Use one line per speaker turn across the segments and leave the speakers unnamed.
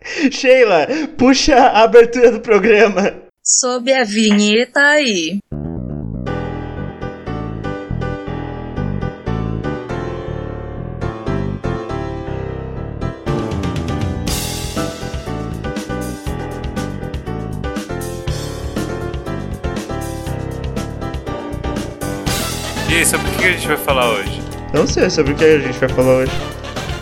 Sheila, puxa a abertura do programa.
Sob a vinheta aí.
E aí, sobre o que a gente vai falar hoje?
Não sei sobre o que a gente vai falar hoje.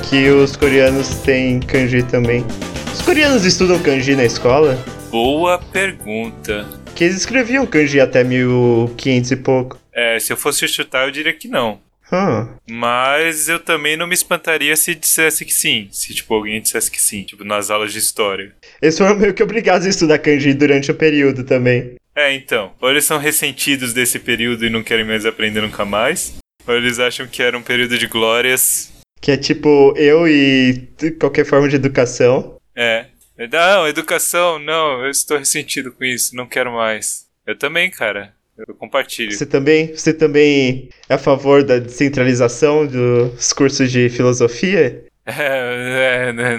Que os coreanos têm kanji também. Os coreanos estudam kanji na escola?
Boa pergunta.
Que eles escreviam kanji até 1500 e pouco.
É, se eu fosse chutar, eu diria que não.
Hum.
Mas eu também não me espantaria se dissesse que sim. Se, tipo, alguém dissesse que sim. Tipo, nas aulas de história.
Eles foram meio que obrigados a estudar kanji durante o período também.
É, então. Ou eles são ressentidos desse período e não querem mais aprender nunca mais. Ou eles acham que era um período de glórias.
Que é tipo eu e t- qualquer forma de educação.
É. Não, educação, não. Eu estou ressentido com isso. Não quero mais. Eu também, cara. Eu compartilho.
Você também, você também é a favor da descentralização dos cursos de filosofia?
É, é, né?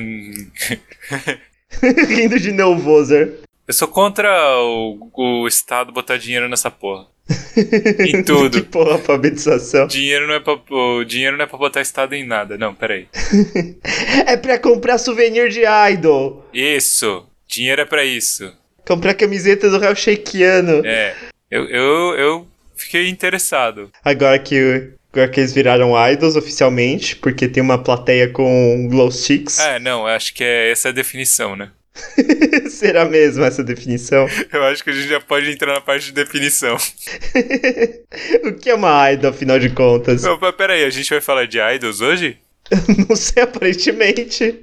Rindo de Novozer.
Eu sou contra o, o Estado botar dinheiro nessa porra. Em
que
tudo.
porra, Tipo, alfabetização.
Dinheiro não é pra, o dinheiro não é pra botar Estado em nada. Não, peraí.
É pra comprar souvenir de idol.
Isso. Dinheiro é pra isso.
Comprar camiseta do Real Sheikiano.
É. Eu, eu, eu fiquei interessado.
Agora que, agora que eles viraram idols oficialmente, porque tem uma plateia com glow sticks.
É, não, acho que é essa é a definição, né?
Será mesmo essa definição?
Eu acho que a gente já pode entrar na parte de definição.
o que é uma idol, afinal de contas?
Não, mas peraí, a gente vai falar de idols hoje?
Não sei, aparentemente.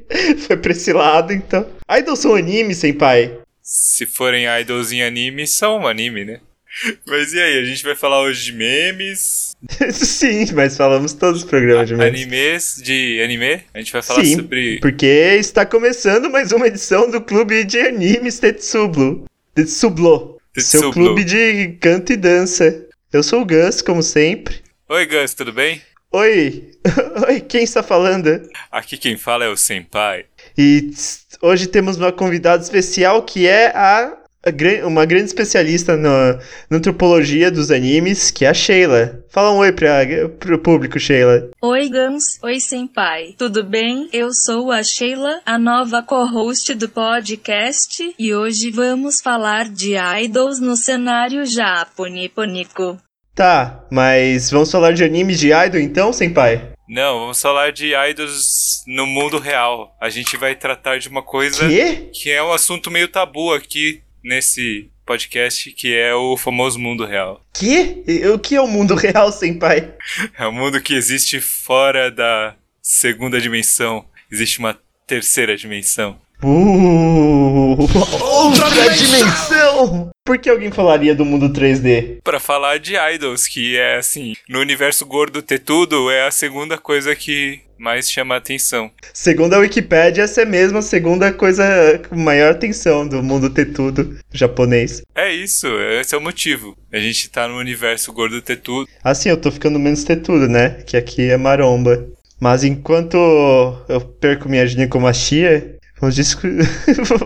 Foi pra esse lado, então. Idols são anime, senpai.
Se forem idols em anime, são um anime, né? Mas e aí, a gente vai falar hoje de memes,
Sim, mas falamos todos os programas de memes.
animes, de anime? A gente vai falar
Sim.
sobre.
Porque está começando mais uma edição do Clube de Animes Tetsublo. Tetsublo. Seu
Tetsublo.
clube de canto e dança. Eu sou o Gus, como sempre.
Oi, Gus, tudo bem?
Oi. Oi, quem está falando?
Aqui quem fala é o Senpai.
E tss, hoje temos uma convidada especial que é a, a gran- uma grande especialista na, na antropologia dos animes, que é a Sheila. Fala um oi pra, pro público, Sheila.
Oi, Gans. Oi, Senpai. Tudo bem? Eu sou a Sheila, a nova co-host do podcast, e hoje vamos falar de idols no cenário japonipônico.
Tá, mas vamos falar de animes de idol então, senpai?
Não, vamos falar de idols no mundo real. A gente vai tratar de uma coisa
Quê?
que é um assunto meio tabu aqui nesse podcast, que é o famoso mundo real.
Quê? E- O que é o mundo real, senpai?
É o mundo que existe fora da segunda dimensão. Existe uma terceira dimensão.
Uh, outra dimensão! Por que alguém falaria do mundo 3D?
Pra falar de idols, que é assim, no universo gordo ter tudo é a segunda coisa que mais chama a atenção.
Segundo a Wikipédia, essa é mesmo a segunda coisa com maior atenção do mundo ter tudo japonês.
É isso, esse é o motivo. A gente tá no universo gordo ter tudo.
Assim, eu tô ficando menos ter tudo, né? Que aqui é maromba. Mas enquanto eu perco minha ginecomastia, vamos, discu-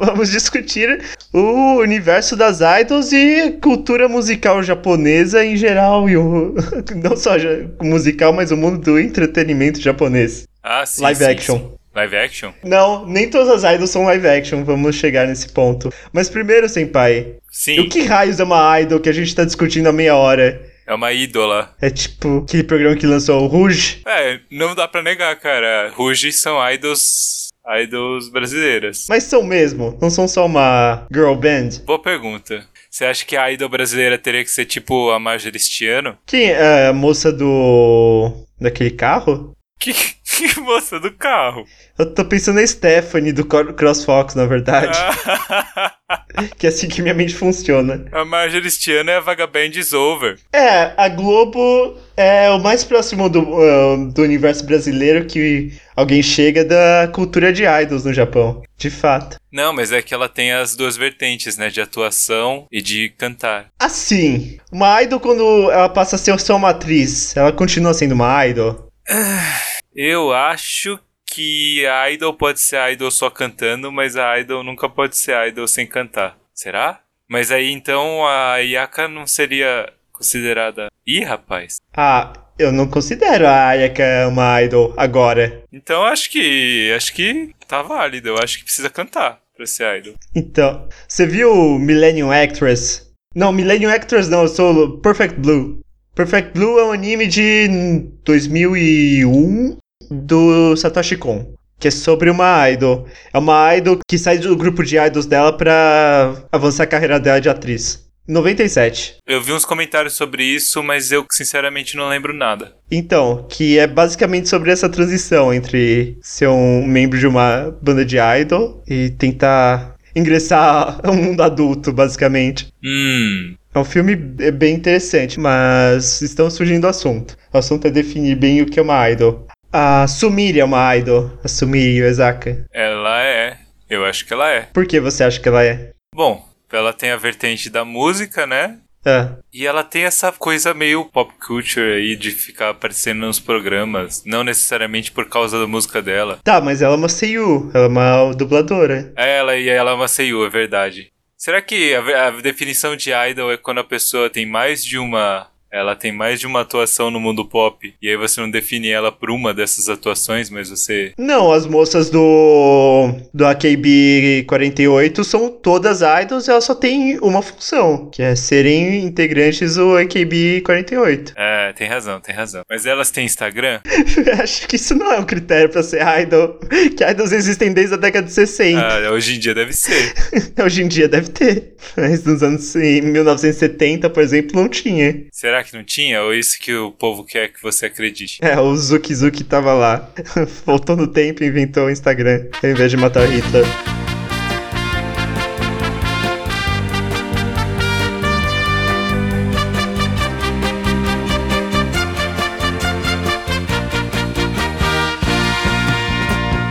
vamos discutir o universo das idols e cultura musical japonesa em geral. E o... Não só ja- musical, mas o mundo do entretenimento japonês.
Ah, sim.
live
sim,
action.
sim. Live action?
Não, nem todas as idols são live action, vamos chegar nesse ponto. Mas primeiro, senpai,
Sim,
o que raios é uma idol que a gente tá discutindo há meia hora?
é uma ídola.
É tipo aquele programa que lançou o Rouge?
É, não dá pra negar, cara. Ruge são idols, idols brasileiras.
Mas são mesmo, não são só uma girl band.
Boa pergunta. Você acha que a idol brasileira teria que ser tipo a Marjorie Stiano?
Quem é a moça do. daquele carro?
Que, que moça do carro!
Eu tô pensando na Stephanie do Cor- CrossFox, na verdade.
Ah.
Que é assim que minha mente funciona.
a Marjorie Stiano é a Vagabond is Over.
É, a Globo é o mais próximo do, ahn, do universo brasileiro que alguém chega da cultura de idols no Japão. De fato.
Não, mas é que ela tem as duas vertentes, né? De atuação e de cantar.
Assim, uma idol quando ela passa a ser só uma atriz, ela continua sendo uma idol?
Eu acho que a idol pode ser a idol só cantando, mas a idol nunca pode ser a idol sem cantar. Será? Mas aí então a Yaka não seria considerada. Ih, rapaz.
Ah, eu não considero a Ayaka uma idol agora.
Então acho que. Acho que tá válido. Eu acho que precisa cantar pra ser idol.
Então, você viu Millennium Actress? Não, Millennium Actress não, eu sou Perfect Blue. Perfect Blue é um anime de 2001 do Satoshi Kon, que é sobre uma idol. É uma idol que sai do grupo de idols dela pra avançar a carreira dela de atriz. 97.
Eu vi uns comentários sobre isso, mas eu sinceramente não lembro nada.
Então, que é basicamente sobre essa transição entre ser um membro de uma banda de idol e tentar ingressar ao mundo adulto, basicamente.
Hum.
É um filme é bem interessante, mas estamos surgindo do assunto. O assunto é definir bem o que é uma idol. A Sumiri é uma idol. A Sumiri Yoezaka.
Ela é. Eu acho que ela é.
Por que você acha que ela é?
Bom, ela tem a vertente da música, né?
Ah,
E ela tem essa coisa meio pop culture aí de ficar aparecendo nos programas, não necessariamente por causa da música dela.
tá, mas ela é uma seiyu. Ela é uma dubladora.
É Ela e ela é uma seiyu, é verdade. Será que a, ve- a definição de idol é quando a pessoa tem mais de uma. Ela tem mais de uma atuação no mundo pop, e aí você não define ela por uma dessas atuações, mas você.
Não, as moças do do AKB 48 são todas idols, elas só têm uma função, que é serem integrantes do AKB 48.
É, tem razão, tem razão. Mas elas têm Instagram?
Acho que isso não é um critério pra ser idol, que idols existem desde a década de 60.
Ah, hoje em dia deve ser.
Hoje em dia deve ter, mas nos anos em 1970, por exemplo, não tinha.
Será que não tinha? Ou é isso que o povo quer que você acredite?
É, o Zuki Zuki tava lá, voltou no tempo e inventou o Instagram, ao invés de matar o Hitler.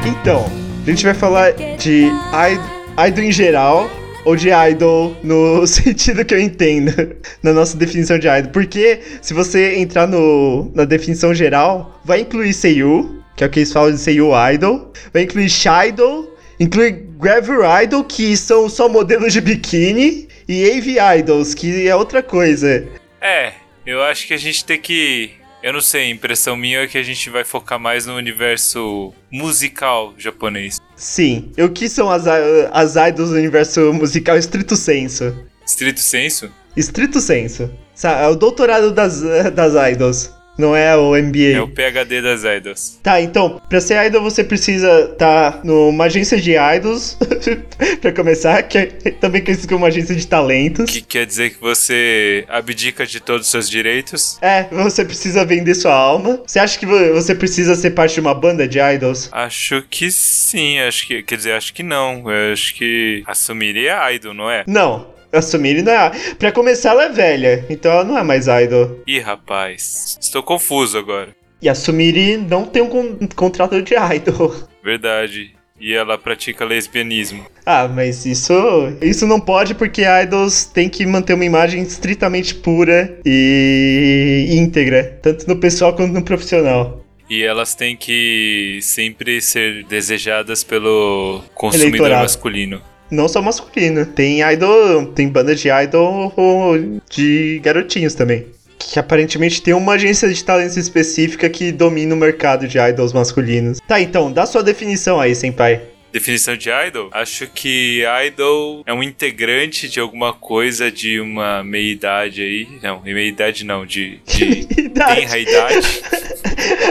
Então, a gente vai falar de i- idol em geral ou de idol no sentido que eu entendo, na nossa definição de idol. Porque se você entrar no, na definição geral, vai incluir Seiyu, que é o que eles falam de Seiyu Idol, vai incluir Shidol, inclui Gravure Idol, que são só modelos de biquíni, e AV Idols, que é outra coisa.
É, eu acho que a gente tem que. Eu não sei, a impressão minha é que a gente vai focar mais no universo musical japonês.
Sim, e o que são as, i- as idols do universo musical estrito senso?
Estrito senso?
Estrito senso. Sa- É o doutorado das, das idols. Não é o MBA.
É o PHD das idols.
Tá, então, pra ser idol você precisa estar numa agência de idols, pra começar, que é também conhecido como agência de talentos.
Que quer dizer que você abdica de todos os seus direitos?
É, você precisa vender sua alma. Você acha que vo- você precisa ser parte de uma banda de idols?
Acho que sim, acho que. Quer dizer, acho que não. Eu acho que assumiria a idol, não é?
Não, assumir ele não é. Pra começar, ela é velha, então ela não é mais idol.
Ih, rapaz. Estou confuso agora.
E a Sumiri não tem um con- contrato de idol.
Verdade. E ela pratica lesbianismo.
Ah, mas isso, isso não pode porque idols tem que manter uma imagem estritamente pura e íntegra, tanto no pessoal quanto no profissional.
E elas têm que sempre ser desejadas pelo consumidor
Eleitorado.
masculino.
Não só masculino. Tem idol, tem banda de idol ou de garotinhos também. Que aparentemente tem uma agência de talentos específica que domina o mercado de idols masculinos. Tá, então, dá sua definição aí, senpai.
Definição de idol? Acho que idol é um integrante de alguma coisa de uma meia-idade aí. Não, meia-idade não, de. de tenra
Idade.
idade.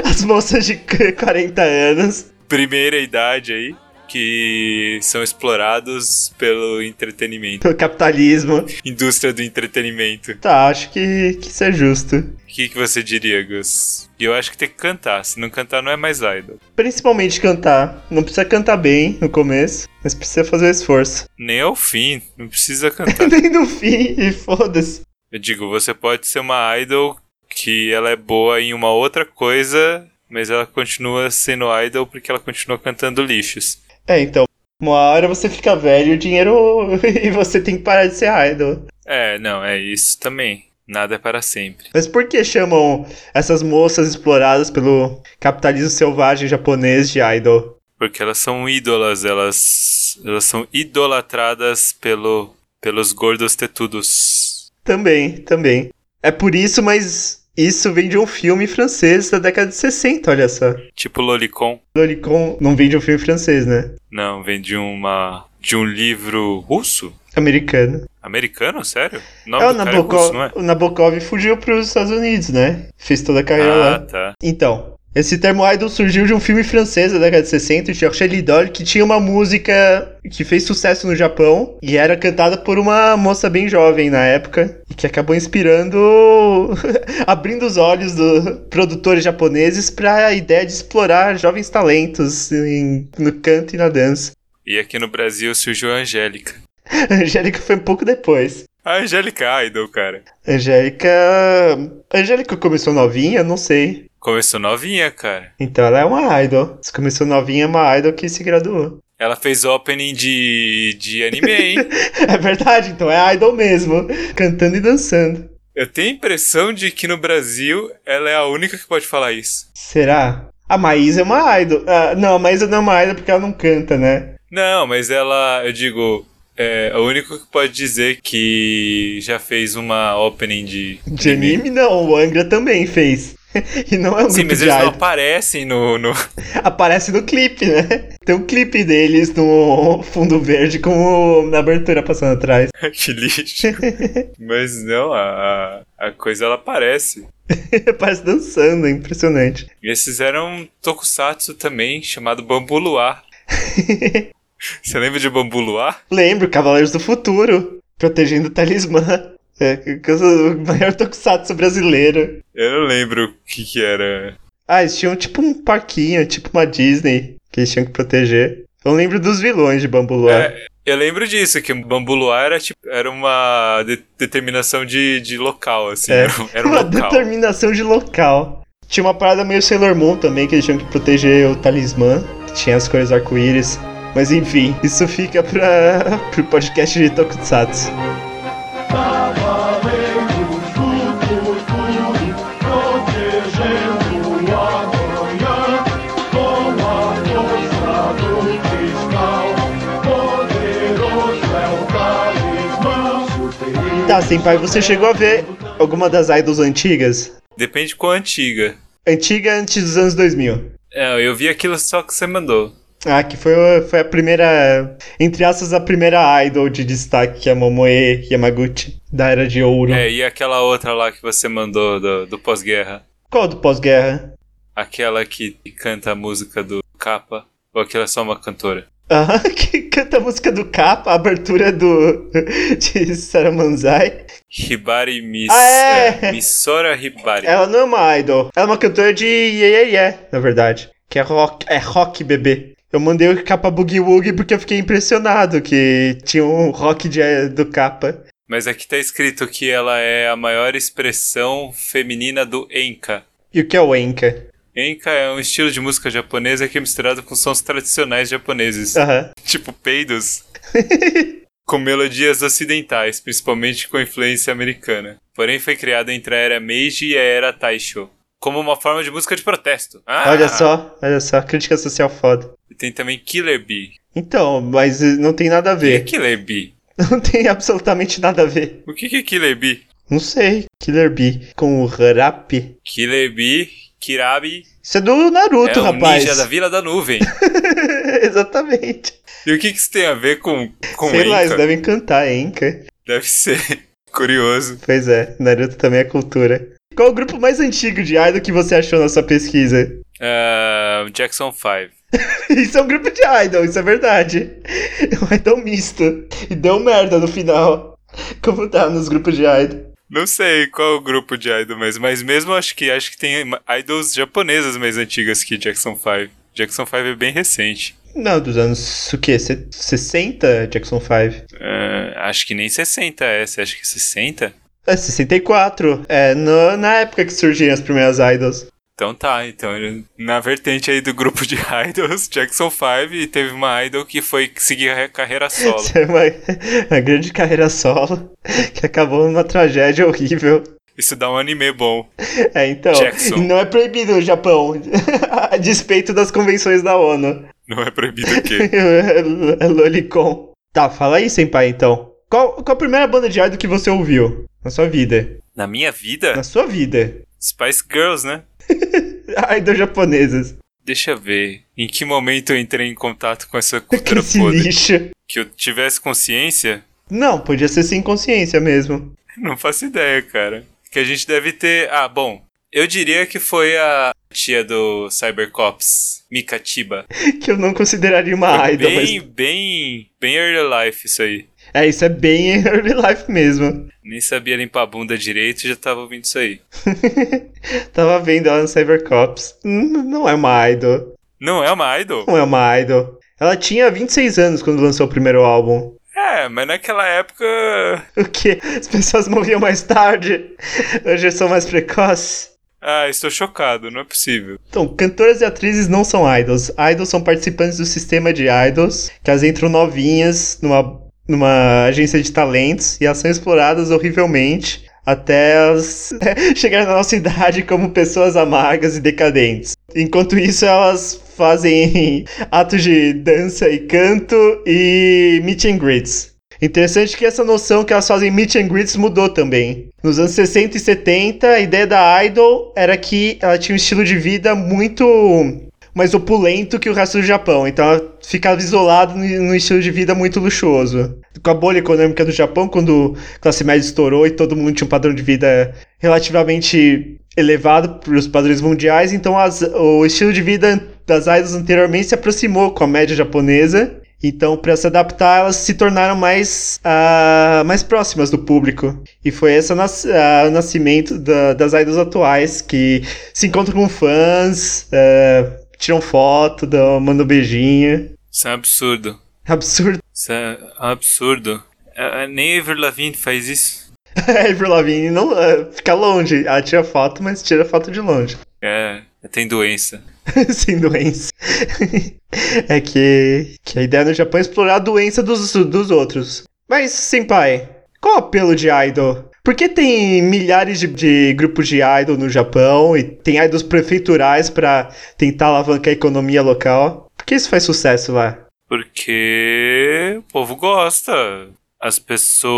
As moças de 40 anos.
Primeira idade aí. Que são explorados pelo entretenimento.
Pelo capitalismo.
Indústria do entretenimento.
Tá, acho que, que isso é justo.
O que, que você diria, Gus? Eu acho que tem que cantar. Se não cantar, não é mais idol.
Principalmente cantar. Não precisa cantar bem no começo, mas precisa fazer o esforço.
Nem ao fim, não precisa cantar.
Nem no fim, e foda-se.
Eu digo, você pode ser uma idol que ela é boa em uma outra coisa, mas ela continua sendo idol porque ela continua cantando lixos.
É, então. Uma hora você fica velho, o dinheiro. e você tem que parar de ser idol.
É, não, é isso também. Nada é para sempre.
Mas por que chamam essas moças exploradas pelo capitalismo selvagem japonês de idol?
Porque elas são ídolas, elas, elas são idolatradas pelo, pelos gordos tetudos.
Também, também. É por isso, mas isso vem de um filme francês da década de 60, olha só.
Tipo Lolicon.
Lolicon não vem de um filme francês, né?
Não, vem de uma. de um livro russo?
Americano.
Americano? Sério? O nome
É, o,
do cara é russo,
Nabokov,
não é?
o Nabokov fugiu para os Estados Unidos, né? Fez toda a carreira lá.
Ah, tá.
Então, esse termo idol surgiu de um filme francês da década de 60, de Georges Lidol, que tinha uma música que fez sucesso no Japão e era cantada por uma moça bem jovem na época e que acabou inspirando, abrindo os olhos dos produtores japoneses para a ideia de explorar jovens talentos em- no canto e na dança.
E aqui no Brasil surgiu a Angélica.
A Angélica foi um pouco depois.
A Angélica Idol, cara.
A Angélica. a Angélica começou novinha, não sei.
Começou novinha, cara.
Então ela é uma idol. Se começou novinha, é uma idol que se graduou.
Ela fez opening de, de anime, hein?
É verdade, então é idol mesmo, cantando e dançando.
Eu tenho a impressão de que no Brasil ela é a única que pode falar isso.
Será? A Maísa é uma idol. Ah, não, a Maísa não é uma idol porque ela não canta, né?
Não, mas ela, eu digo, é o único que pode dizer que já fez uma opening de.
De anime, não, o Angra também fez. E não é um
Sim,
grupo
mas
de
eles não
idol.
aparecem no. no...
Aparece no clipe, né? Tem um clipe deles no fundo verde com o- na abertura passando atrás.
que lixo. mas não, a, a, a coisa ela aparece.
Aparece dançando, é impressionante.
E eles fizeram um tokusatsu também, chamado Bambu Luar. Você lembra de Bambu Luar?
Lembro, Cavaleiros do Futuro, protegendo o talismã. É, o maior tokusatsu brasileiro.
Eu não lembro o que que era.
Ah, eles tinham tipo um parquinho, tipo uma Disney, que eles tinham que proteger. Eu lembro dos vilões de Bambu Luar.
É, eu lembro disso, que Bambu Luar era, tipo, era uma de- determinação de, de local, assim.
É.
Era, um- era um
uma
local.
determinação de local. Tinha uma parada meio Sailor Moon também, que eles tinham que proteger o talismã, que tinha as cores arco-íris. Mas enfim, isso fica pra... pro podcast de Tokusatsu. Tá, Senpai, você chegou a ver alguma das idols antigas?
Depende de quão antiga.
Antiga antes dos anos 2000.
É, eu vi aquilo só que você mandou.
Ah, que foi, foi a primeira. Entre aspas, a primeira idol de destaque, que é a Momoe Yamaguchi, da Era de Ouro.
É, e aquela outra lá que você mandou do, do pós-guerra?
Qual do pós-guerra?
Aquela que canta a música do Capa? Ou aquela é só uma cantora?
Ah, que canta a música do capa, a abertura do. de Saramanzai.
Hibari Miss.
Ah, é!
é, Missora Hibari.
Ela não é uma idol, ela é uma cantora de yeah, yeah, yeah, na verdade. Que é rock, é rock bebê. Eu mandei o capa Boogie Woogie porque eu fiquei impressionado que tinha um rock de, do capa.
Mas aqui tá escrito que ela é a maior expressão feminina do Enka.
E o que é o Enka?
Enka é um estilo de música japonesa que é misturado com sons tradicionais japoneses,
Aham.
tipo peidos, com melodias ocidentais, principalmente com influência americana. Porém, foi criada entre a era Meiji e a era Taisho, como uma forma de música de protesto. Ah!
Olha só, olha só, crítica social foda.
E tem também Killer Bee.
Então, mas eh, não tem nada a
O que é
ver.
Killer Bee?
Não tem absolutamente nada a ver.
O que que é Killer Bee?
Não sei. Killer Bee com o rap.
Killer Bee, Kirabi,
Isso é do Naruto,
é um
rapaz.
ninja da Vila da Nuvem.
Exatamente.
E o que, que isso tem a ver com, com
sei lá,
Enka?
eles devem cantar, hein? cara?
Deve ser curioso.
Pois é, Naruto também é cultura. Qual o grupo mais antigo de idol que você achou na sua pesquisa?
Ah, Jackson 5.
Isso é um grupo de idol, isso é verdade. É um idol misto. E deu merda no final. Como tá nos grupos de idol?
Não sei qual o grupo de idol mesmo, mas mesmo acho que acho que tem idols japonesas mais antigas que Jackson 5. Jackson 5 é bem recente.
Não, dos anos, o quê? Se- 60, Jackson 5?
Ah, acho que nem 60 é essa, acho que 60?
É 64. É, no- na época que surgiram as primeiras idols.
Então tá, então ele- na vertente aí do grupo de idols, Jackson 5, e teve uma idol que foi seguir a carreira solo.
Isso é uma, uma grande carreira solo que acabou numa tragédia horrível.
Isso dá um anime bom.
É, então.
Jackson.
Não é proibido no Japão, a despeito das convenções da ONU.
Não é proibido o quê?
É Lolicon. Tá, fala aí, senpai, então. Qual, qual a primeira banda de idol que você ouviu na sua vida?
Na minha vida,
Na sua vida?
Spice Girls, né?
Idol japonesas.
Deixa eu ver. Em que momento eu entrei em contato com essa cultura
Esse
podre?
lixo.
Que eu tivesse consciência?
Não, podia ser sem consciência mesmo.
Não faço ideia, cara. Que a gente deve ter. Ah, bom. Eu diria que foi a tia do Cybercops, Mikatiba.
Que eu não consideraria uma
Foi
idol,
bem,
mas.
bem, bem early life isso aí.
É, isso é bem early life mesmo.
Nem sabia limpar a bunda direito e já tava ouvindo isso aí.
Tava vendo ela no Cybercops. Hum, Não é uma idol.
Não é uma idol?
Não é uma idol. Ela tinha 26 anos quando lançou o primeiro álbum.
É, mas naquela época.
O quê? As pessoas morriam mais tarde? Hoje são mais precoces?
Ah, estou chocado, não é possível.
Então, cantoras e atrizes não são idols. Idols são participantes do sistema de idols, que elas entram novinhas numa, numa agência de talentos e elas são exploradas horrivelmente até elas chegarem na nossa idade como pessoas amargas e decadentes. Enquanto isso, elas fazem atos de dança e canto e meet and greets. Interessante que essa noção que elas fazem meet and greets mudou também. Nos anos 60 e 70, a ideia da Idol era que ela tinha um estilo de vida muito mais opulento que o resto do Japão. Então ela ficava isolada num num estilo de vida muito luxuoso. Com a bolha econômica do Japão, quando a classe média estourou e todo mundo tinha um padrão de vida relativamente elevado para os padrões mundiais, então as- o estilo de vida das idols anteriormente se aproximou com a média japonesa. Então, para se adaptar, elas se tornaram mais, ah, mais próximas do público. E foi esse o nas- ah, o nascimento da- das idols atuais, que se encontram com fãs, ah, tiram foto, dão, mandam beijinho.
Isso é um absurdo.
Absurdo.
Isso é um absurdo. É, é, nem Avril Lavigne faz isso.
É, Avril Lavigne não, ah, fica longe. Ela tira foto, mas tira foto de longe.
É, tem doença.
Sem doença. é que, que a ideia no Japão é explorar a doença dos, dos outros. Mas, senpai, qual o apelo de idol? Por que tem milhares de, de grupos de idol no Japão e tem idols prefeiturais pra tentar alavancar a economia local? Por que isso faz sucesso lá?
Porque o povo gosta. As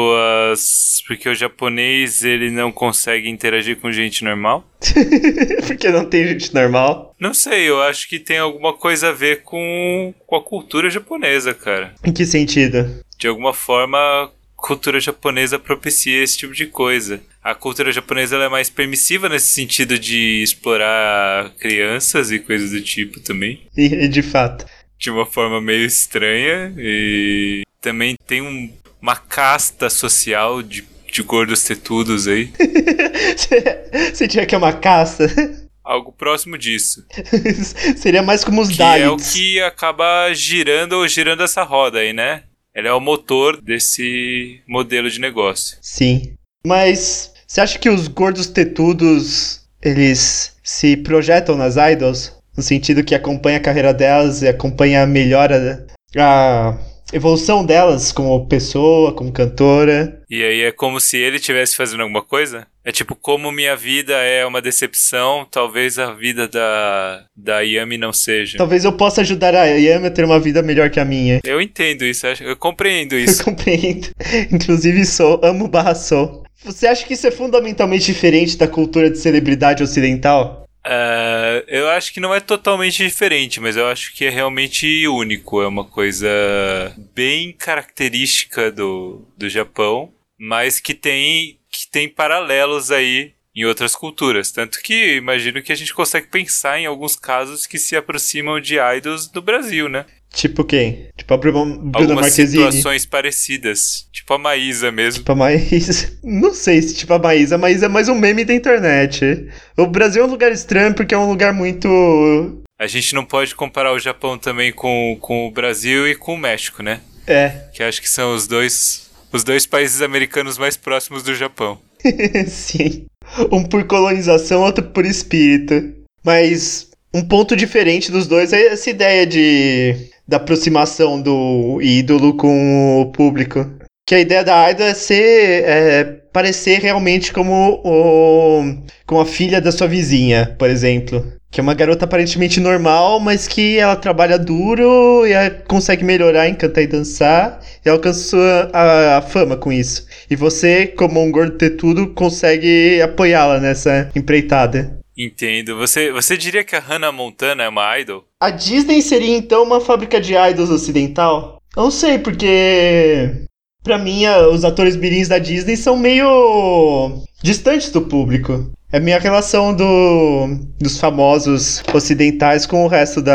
pessoas. Porque o japonês ele não consegue interagir com gente normal.
Porque não tem gente normal?
Não sei, eu acho que tem alguma coisa a ver com, com a cultura japonesa, cara.
Em que sentido?
De alguma forma, a cultura japonesa propicia esse tipo de coisa. A cultura japonesa ela é mais permissiva nesse sentido de explorar crianças e coisas do tipo também.
E, e de fato.
de uma forma meio estranha e também tem um- uma casta social de, de gordos tetudos aí.
Você tinha que é uma caça?
Algo próximo disso.
Seria mais como os
Que é o
diets.
que acaba girando ou girando essa roda aí, né? Ele é o motor desse modelo de negócio.
Sim. Mas você acha que os gordos tetudos eles se projetam nas idols? No sentido que acompanha a carreira delas e acompanha a melhora, a evolução delas como pessoa, como cantora?
E aí é como se ele estivesse fazendo alguma coisa? É tipo, como minha vida é uma decepção, talvez a vida da, da Yami não seja.
Talvez eu possa ajudar a Yami a ter uma vida melhor que a minha.
Eu entendo isso, acho- eu compreendo isso.
Eu compreendo. Inclusive sou, amo barra sou. Você acha que isso é fundamentalmente diferente da cultura de celebridade ocidental?
Ah, eu acho que não é totalmente diferente, mas eu acho que é realmente único. É uma coisa bem característica do, do Japão, mas que tem, que tem paralelos aí em outras culturas. Tanto que imagino que a gente consegue pensar em alguns casos que se aproximam de idols do Brasil, né?
Tipo quem? Tipo a Bruna, Bruna
Algumas
Marquezine?
situações parecidas. Tipo a Maísa mesmo.
Tipo a Maísa. Não sei se tipo a Maísa. A Maísa é mais um meme da internet. O Brasil é um lugar estranho porque é um lugar muito.
A gente não pode comparar o Japão também com, com o Brasil e com o México, né?
É.
que acho que são os dois os dois países americanos mais próximos do Japão.
Sim. Um por colonização, outro por espírito. Mas um ponto diferente dos dois é essa ideia de da aproximação do ídolo com o público. Que a ideia da Aida é ser é, parecer realmente como o como a filha da sua vizinha, por exemplo. Que é uma garota aparentemente normal, mas que ela trabalha duro e ela consegue melhorar em cantar e dançar. E alcançou a, a fama com isso. E você, como um gordo tetudo, consegue apoiá-la nessa empreitada.
Entendo. Você, você diria que a Hannah Montana é uma idol?
A Disney seria então uma fábrica de idols ocidental? Eu não sei, porque. Pra mim, a- os atores mirins da Disney são meio. distantes do público. É a minha relação do, dos famosos ocidentais com o resto da.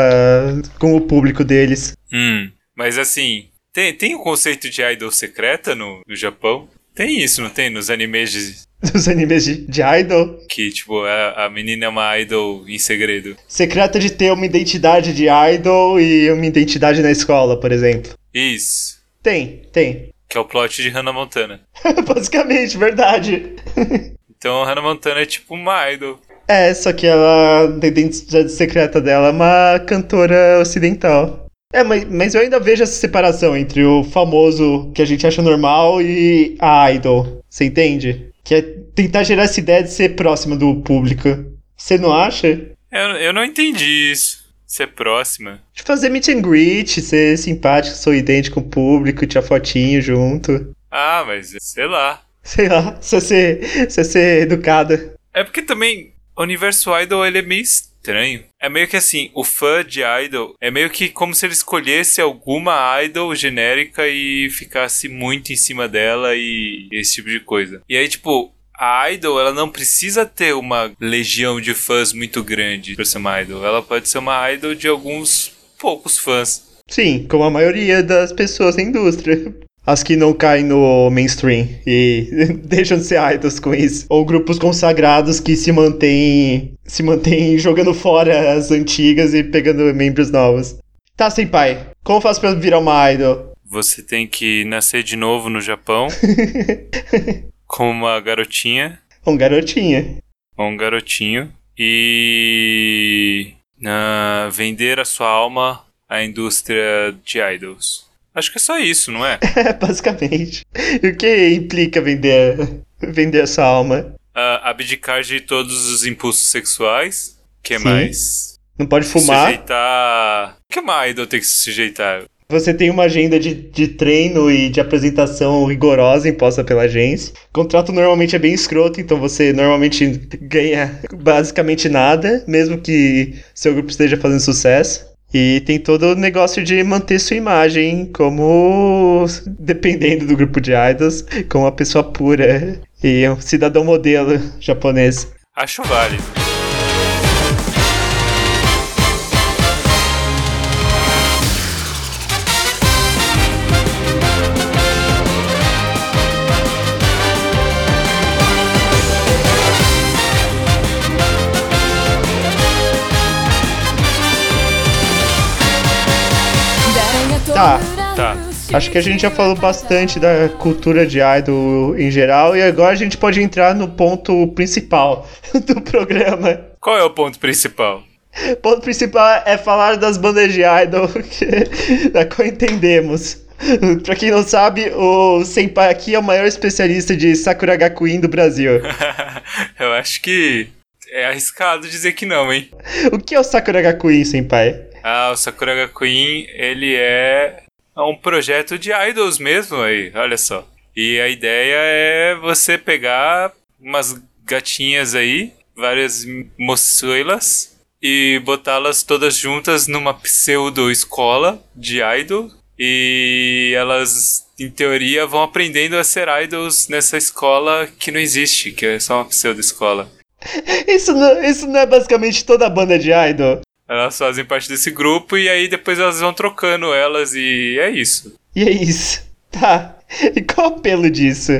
com o público deles.
Hum. Mas assim, tem, tem o conceito de idol secreta no, no Japão? Tem isso, não tem? Nos animes de-
Dos animes de, de idol.
que, tipo, a, a menina é uma idol em segredo.
Secreta de ter uma identidade de idol e uma identidade na escola, por exemplo.
Isso.
Tem, tem.
Que é o plot de Hannah Montana.
Basicamente, verdade.
Então a Hannah Montana é tipo uma idol.
É, só que ela, a identidade secreta dela é uma cantora ocidental. É, mas, mas eu ainda vejo essa separação entre o famoso que a gente acha normal e a idol. Você entende? Que é tentar gerar essa ideia de ser próxima do público. Você não acha?
Eu, eu não entendi isso. Você é próxima.
De fazer meet and greet, ser simpático, sorridente com o público, tirar fotinho junto.
Ah, mas sei lá.
Sei lá, você ser, você ser educada.
É porque também o universo idol ele é meio estranho. É meio que assim, o fã de idol é meio que como se ele escolhesse alguma idol genérica e ficasse muito em cima dela e esse tipo de coisa. E aí tipo, a idol ela não precisa ter uma legião de fãs muito grande pra ser uma idol. Ela pode ser uma idol de alguns poucos fãs.
Sim, como a maioria das pessoas na indústria. As que não caem no mainstream e deixam de ser idols com isso. Ou grupos consagrados que se mantêm se mantêm jogando fora as antigas e pegando membros novos. Tá, senpai, como faço pra virar uma idol?
Você tem que nascer de novo no Japão como uma garotinha.
Um garotinha.
ou um garotinho e ah, vender a sua alma à indústria de idols. Acho que é só isso, não é?
É, basicamente. E o que implica vender, vender a sua alma?
Ah, abdicar de todos os impulsos sexuais. que
Sim.
mais?
Não pode fumar.
Sujeitar. O que uma idol tem que se sujeitar?
Você tem uma agenda de, de treino e de apresentação rigorosa imposta pela agência. O contrato normalmente é bem escroto, então você normalmente ganha basicamente nada, mesmo que seu grupo esteja fazendo sucesso. E tem todo o negócio de manter sua imagem como, dependendo do grupo de idols, como uma pessoa pura e um cidadão modelo japonês.
Acho válido.
Tá,
tá.
Acho que a gente já falou bastante da cultura de idol em geral e agora a gente pode entrar no ponto principal do programa.
Qual é o ponto principal?
O ponto principal é falar das bandas de idol, que, da qual entendemos. Pra quem não sabe, o Senpai aqui é o maior especialista de Sakura Gakuin do Brasil.
Eu acho que é arriscado dizer que não, hein?
O que é o Sakura Gakuin, Senpai?
Ah, o Sakura Gakuin, ele é um projeto de idols mesmo aí, olha só. E a ideia é você pegar umas gatinhas aí, várias moçuelas, e botá-las todas juntas numa pseudo-escola de idol. E elas, em teoria, vão aprendendo a ser idols nessa escola que não existe, que é só uma pseudo-escola.
Isso não, isso não é basicamente toda a banda de idol?
Elas fazem parte desse grupo e aí depois elas vão trocando elas e é isso.
E é isso. Tá. E qual o apelo disso?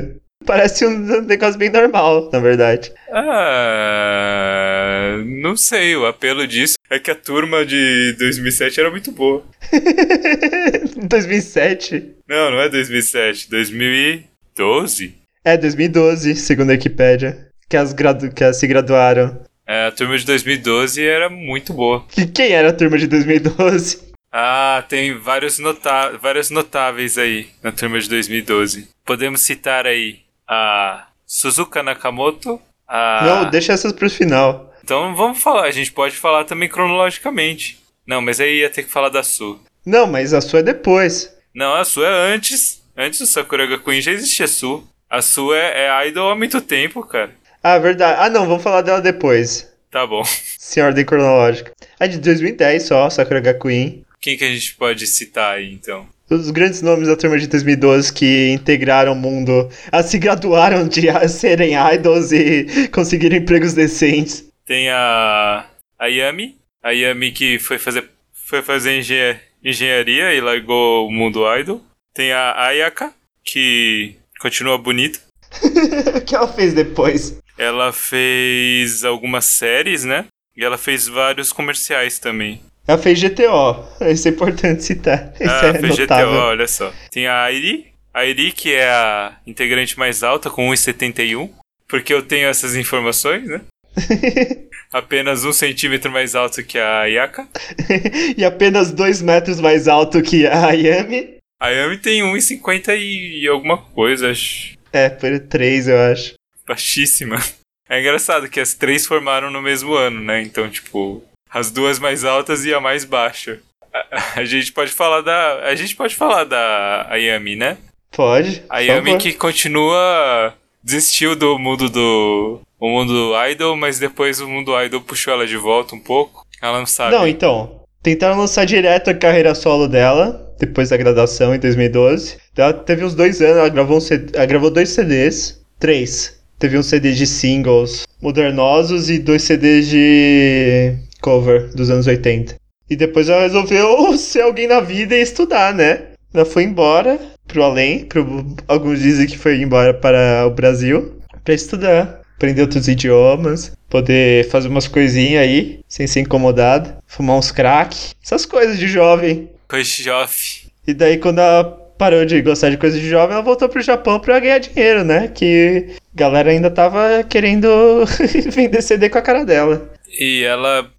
Parece um negócio bem normal, na verdade.
Ah, não sei, o apelo disso é que a turma de 2007 era muito boa.
2007?
Não, não é 2007, 2012.
É, 2012, segundo a Wikipédia. Que as, gradu que as se graduaram.
É, a turma de 2012 era muito boa.
E quem era a turma de 2012?
Ah, tem vários, nota vários notáveis aí na turma de 2012. Podemos citar aí a Suzuka Nakamoto. A...
Não, deixa essas pro final.
Então vamos falar, a gente pode falar também cronologicamente. Não, mas aí ia ter que falar da Su.
Não, mas a sua é depois.
Não, a Su é antes. Antes do Sakura Ga Queen já existia a Su. A Su é, é idol há muito tempo, cara.
Ah, verdade. Ah, não, vamos falar dela depois.
Tá bom.
Sem ordem cronológica. É de 2010 só, Sakura Ga Queen.
Quem que a gente pode citar aí, então?
Todos os grandes nomes da turma de 2012 que integraram o mundo, a se graduaram de a- serem idols e conseguiram empregos decentes.
Tem a, a Yami. A Yami que foi fazer, foi fazer engen- engenharia e largou o mundo idol. Tem a Ayaka, que continua bonita.
o que ela fez depois?
Ela fez algumas séries, né? E ela fez vários comerciais também.
Ela fez GTO. Isso é importante citar. Isso
ah,
é
fez GTO,
notável.
olha só. Tem a Airi. A Airi, que é a integrante mais alta, com 1,71. Porque eu tenho essas informações, né? Apenas um centímetro mais alto que a Ayaka.
e apenas dois metros mais alto que a Yami.
A Yami tem 1,50 e alguma coisa, acho.
É, por três, eu acho.
Baixíssima. É engraçado que as três formaram no mesmo ano, né? Então, tipo, as duas mais altas e a mais baixa. A, a gente pode falar da. A gente pode falar da Ayami, né?
Pode.
A
por
Yami
favor.
que continua. desistiu do mundo do. O mundo idol, mas depois o mundo idol puxou ela de volta um pouco. Ela não sabe.
Não, então. Tentaram lançar direto a carreira solo dela, depois da graduação em 2012. Ela teve uns dois anos, ela gravou, um CD ela gravou dois CDs. Três. Teve um CD de singles modernosos e dois CDs de cover dos anos 80. E depois ela resolveu ser alguém na vida e estudar, né? Ela foi embora pro além, pro... alguns dizem que foi embora para o Brasil para estudar, aprender outros idiomas, poder fazer umas coisinhas aí, sem ser incomodado, fumar uns crack, essas coisas de jovem.
Koishoff.
E daí quando ela parou de gostar de coisas de jovem, ela voltou pro Japão pra ganhar dinheiro, né? Que a galera ainda tava querendo vender CD com a cara dela.
E ela,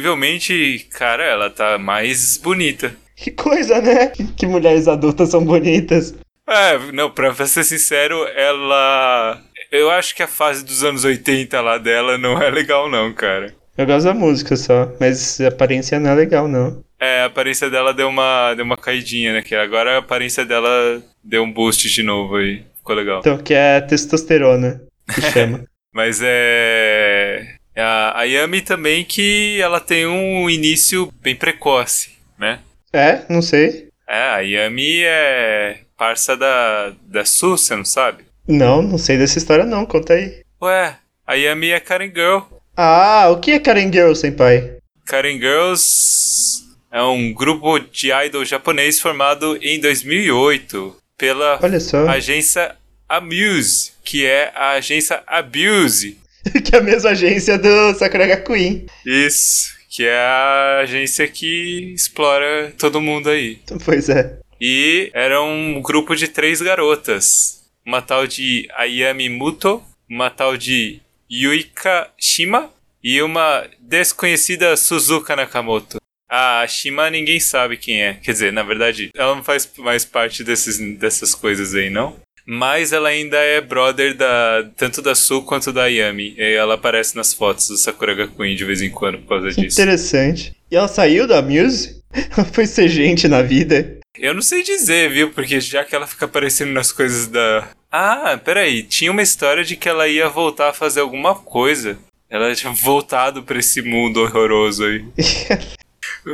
incrivelmente, cara, ela tá mais bonita.
Que coisa, né? Que mulheres adultas são bonitas.
É, não, pra pra ser sincero, ela. Eu acho que a fase dos anos 80 lá dela não é legal, não, cara.
Eu gosto da música só, mas a aparência não é legal, não.
É, a aparência dela deu uma, deu uma caidinha, né? Que agora a aparência dela deu um boost de novo aí. Ficou legal.
Então, que é testosterona, que chama.
Mas é. A, a Yami também que ela tem um início bem precoce, né?
é? Não sei.
É, a Yami é parça da, da Su, você não sabe?
Não, não sei dessa história não, conta aí.
Ué, a Yami é Karen Girl.
Ah, o que é Karen Girl, senpai?
Karen Girls é um grupo de idol japonês formado em 2008 pela
Olha só.
agência Amuse, que é a agência Abuse.
que é a mesma agência do Sakura Ga Queen.
Isso, que é a agência que explora todo mundo aí.
Então, Pois é.
E era um grupo de três garotas. Uma tal de Ayami Muto, uma tal de Yuika Shima e uma desconhecida Suzuka Nakamoto. A Shima ninguém sabe quem é. Quer dizer, na verdade, ela não faz mais parte desses, dessas coisas aí, não? Mas ela ainda é brother da tanto da Su quanto da Ayami. E ela aparece nas fotos do Sakura Ga Queen de vez em quando por causa
Que
disso.
interessante. E ela saiu da Muse? Ela foi ser gente na vida?
Eu não sei dizer, viu? Porque já que ela fica aparecendo nas coisas da. Ah, peraí, tinha uma história de que ela ia voltar a fazer alguma coisa. Ela tinha voltado pra esse mundo horroroso aí.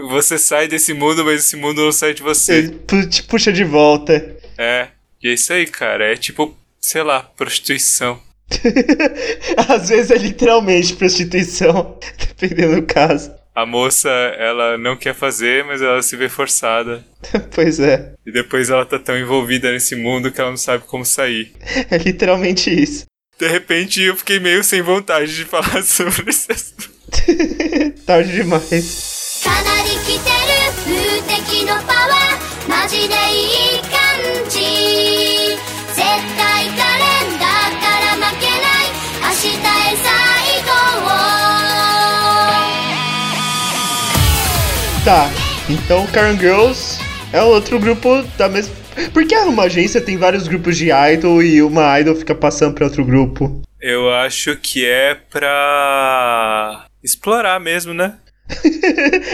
Você sai desse mundo, mas esse mundo não sai de você.
Ele pu- te puxa de volta.
É. E é isso aí, cara. É tipo, sei lá, prostituição.
Às vezes é literalmente prostituição, dependendo do caso.
A moça, ela não quer fazer, mas ela se vê forçada.
Pois é.
E depois ela tá tão envolvida nesse mundo que ela não sabe como sair.
É literalmente isso.
De repente eu fiquei meio sem vontade de falar sobre isso.
Tarde demais.
かなり来てる無敵のパワーマジでいい感じ絶対カレンダーから負けない明日へ最高を
tá. Então Karen Girls é outro grupo da mesma. Por que uma agência tem vários grupos de idol e uma idol fica passando pra outro grupo?
Eu acho que é pra explorar mesmo, né?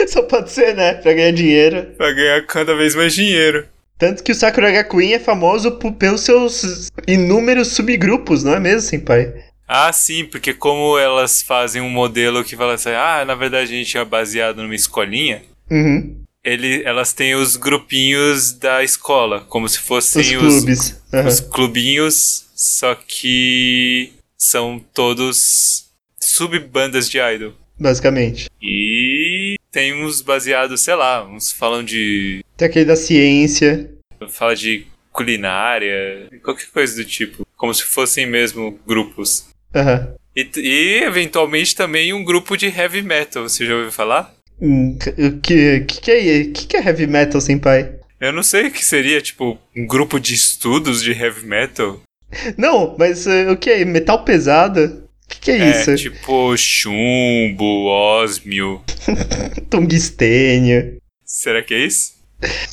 Só pode ser, né? Pra ganhar dinheiro.
Pra ganhar cada vez mais dinheiro.
Tanto que o Sakura Queen é famoso por- pelos seus inúmeros subgrupos, não é mesmo, Senpai?
Ah, sim, porque como elas fazem um modelo que fala assim, ah, na verdade a gente é baseado numa escolinha,
Uhum.
ele, elas têm os grupinhos da escola, como se
Os
fossem os,
clubes. Aham.
os clubinhos, só que são todos sub-bandas de idol.
Basicamente.
E tem uns baseados, sei lá, uns falam de.
Tem aquele da ciência.
fala de culinária, qualquer coisa do tipo. Como se fossem mesmo grupos.
Aham.
E, t- e eventualmente também um grupo de heavy metal, você já ouviu falar?
Hum, O que, que, que é que, que é heavy metal, Senpai?
Eu não sei o que seria, tipo, um grupo de estudos de heavy metal.
Não, mas eh, o que é? Metal pesado? O que, que é, isso?
É, tipo, chumbo, ósmio.
Tungstênio.
Será que é isso?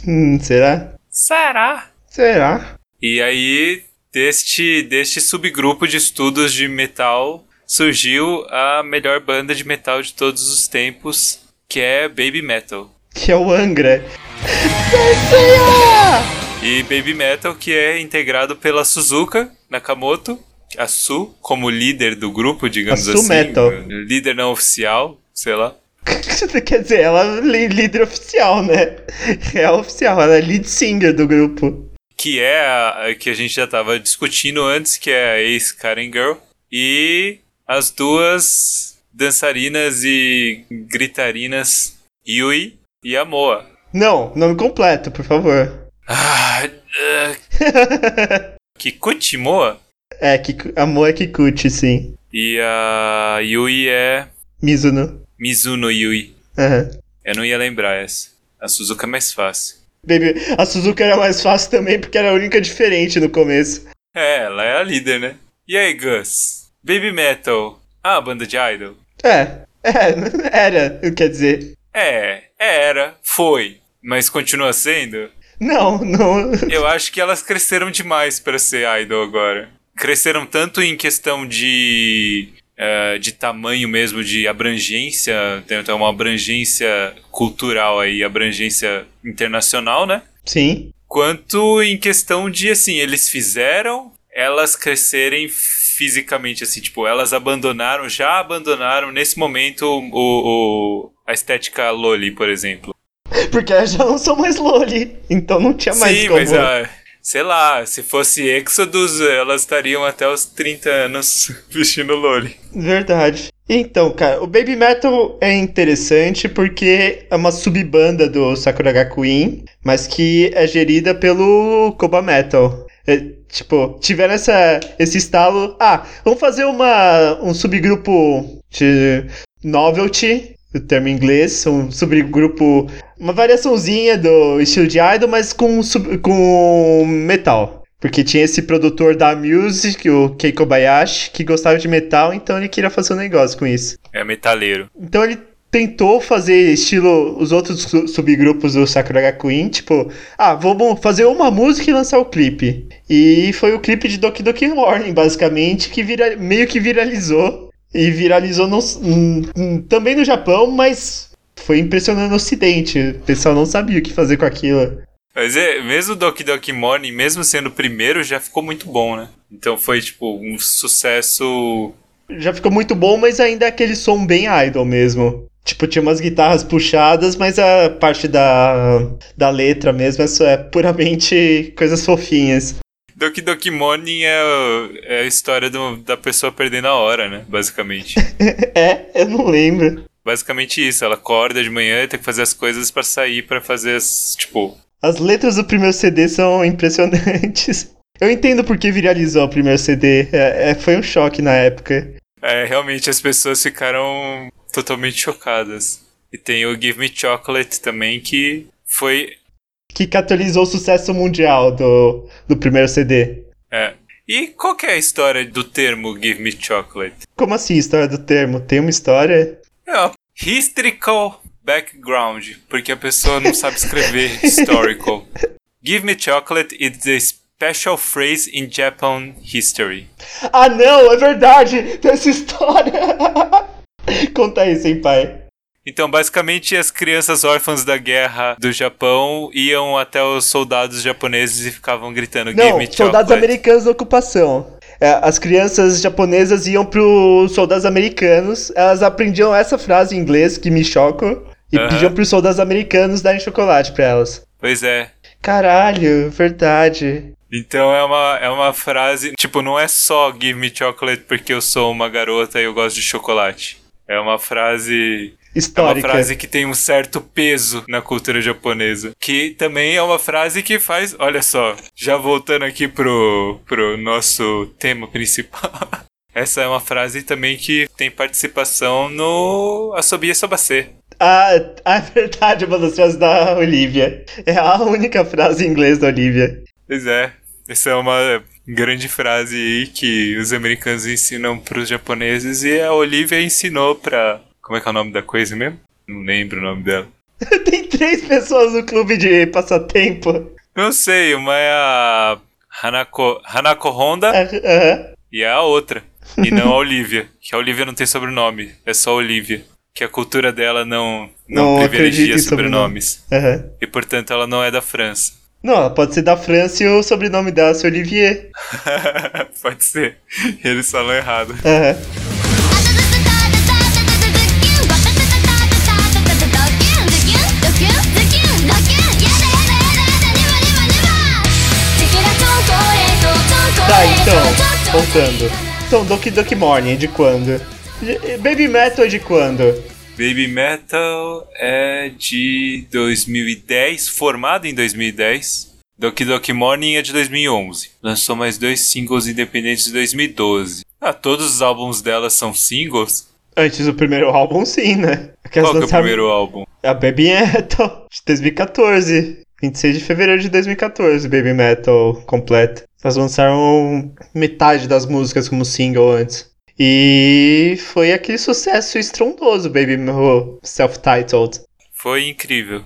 Hum, será?
Será?
Será?
E aí, deste, deste subgrupo de estudos de metal, surgiu a melhor banda de metal de todos os tempos, que é Baby Metal.
Que é o Angra.
E Baby Metal, que é integrado pela Suzuka Nakamoto, a Su, como líder do grupo, digamos
A Su
assim.
Metal.
Líder não oficial, sei lá.
Quer dizer, ela é li- líder oficial, né? É oficial, ela é lead singer do grupo.
que é a, a que a gente já tava discutindo antes, que é a ex Karen Girl, e as duas dançarinas e gritarinas Yui e a Moa.
Não, nome completo, por favor.
Ah, ah, Kikuchi Moa
é, Kiku, amor é Kikuchi, sim.
e a Yui é
Mizuno.
Mizuno Yui.
Aham.
Eu não ia lembrar essa. A Suzuka é mais fácil.
Baby, a Suzuka era mais fácil também porque era a única diferente no começo.
É, ela é a líder, né? E aí, Gus? Baby Metal. Ah, banda de idol.
É, é, era, quer dizer.
É, era, foi, mas continua sendo.
Não, não.
Eu acho que elas cresceram demais pra ser idol agora. Cresceram tanto em questão de eh, de tamanho mesmo, de abrangência, tem até uma abrangência cultural aí, abrangência internacional, né?
Sim.
Quanto em questão de assim, eles fizeram elas crescerem fisicamente assim, tipo, elas abandonaram, já abandonaram nesse momento o, o- a estética loli, por exemplo.
Porque elas já não são mais Loli. Então não tinha mais
Sim,
como.
mas ah, sei lá, se fosse Exodus, elas estariam até os 30 anos vestindo Loli.
Verdade. Então, cara, o Baby Metal é interessante porque é uma subbanda do Sakuraga Queen, mas que é gerida pelo Koba Metal. É, tipo, tiveram essa, esse estalo. Ah, vamos fazer uma, um subgrupo de novelty, o termo em inglês, um subgrupo. Uma variaçãozinha do estilo de idol, mas com, um sub- com um metal. Porque tinha esse produtor da Music, o Kei Kobayashi, que gostava de metal, então ele queria fazer um negócio com isso.
É metaleiro.
Então ele tentou fazer estilo os outros su- subgrupos do Sakura Queen, tipo, ah, vamos fazer uma música e lançar o clipe. E foi o clipe de Doki Doki Warning, basicamente, que vira, meio que viralizou. E viralizou no- hum, hum, também no Japão, mas foi impressionante no Ocidente. O pessoal não sabia o que fazer com aquilo.
Mas é, mesmo o Doki Doki Morning, mesmo sendo o primeiro, já ficou muito bom, né? Então foi, tipo, um sucesso.
já ficou muito bom, mas ainda é aquele som bem idol mesmo. Tipo, tinha umas guitarras puxadas, mas a parte da, da letra mesmo é, só- é puramente coisas fofinhas.
Doki Doki Morning é, o- é a história do- da pessoa perdendo a hora, né? Basicamente.
É, eu não lembro.
Basicamente isso. Ela acorda de manhã e tem que fazer as coisas pra sair, pra fazer as. Tipo,
As letras do primeiro CD são impressionantes. Eu entendo porque viralizou o primeiro CD. É- é- foi um choque na época.
É, realmente as pessoas ficaram totalmente chocadas. E tem o Give Me Chocolate também, que foi.
Que catalisou o sucesso mundial do, do primeiro CD.
É. E qual que é a história do termo Give Me Chocolate?
Como assim, história do termo? Tem uma história?
É uma Histrical background, porque a pessoa não sabe escrever historical. Give me chocolate is a special phrase in Japan history.
Ah, não, é verdade! Tem essa história! Conta aí, senpai.
Então, basicamente, as crianças órfãs da guerra do Japão iam até os soldados japoneses e ficavam gritando
Não,
Give me
soldados
chocolate.
americanos da ocupação. É, as crianças japonesas iam pros soldados americanos, elas aprendiam essa frase em inglês, que me choca, e
Aham.
pediam pros soldados americanos darem chocolate pra elas.
Pois é.
Caralho, verdade.
Então é uma, é uma frase, tipo, não é só give me chocolate porque eu sou uma garota e eu gosto de chocolate. É uma frase É uma
Histórica.
frase que tem um certo peso na cultura japonesa. Que também é uma frase que faz. Olha só, já voltando aqui pro, pro nosso tema principal. Essa é uma frase também que tem participação no Assobia Sobacê.
Ah, ah, é verdade, uma das frases da Olivia. É a única frase em inglês da Olivia.
Pois é, essa é uma grande frase aí que os americanos ensinam pros japoneses e a Olivia ensinou pra. Como é que é o nome da coisa mesmo? Não lembro o nome dela.
Tem três pessoas no clube de passatempo.
Não sei, uma é a Hanako, Hanako Honda.
Ah, Aham.
E é a outra. E não a Olivia. Que a Olivia não tem sobrenome. É só Olivia. Que a cultura dela não,
Não
não,
acredita
privilegia
em
sobrenomes.
aham.
E portanto ela não é da França.
Não, ela pode ser da França e o sobrenome dela é Olivier.
Pode ser. Eles falam errado.
Aham. Tá, então, voltando. Então, Doki Doki Morning é de quando? E- e Baby Metal é de quando?
Baby Metal é de 2010, formado em 2010. Doki Doki Morning é de 2011. Lançou mais dois singles independentes de 2012. Ah, todos os álbuns dela são singles?
Antes do primeiro álbum, sim, né? Porque elas
Qual que é o
lançaram-
primeiro álbum?
A Baby Metal, de 2014. 26 de fevereiro de 2014, Baby Metal completo. Elas lançaram metade das músicas como single antes. E foi aquele sucesso estrondoso, Baby Metal Self-Titled.
Foi incrível.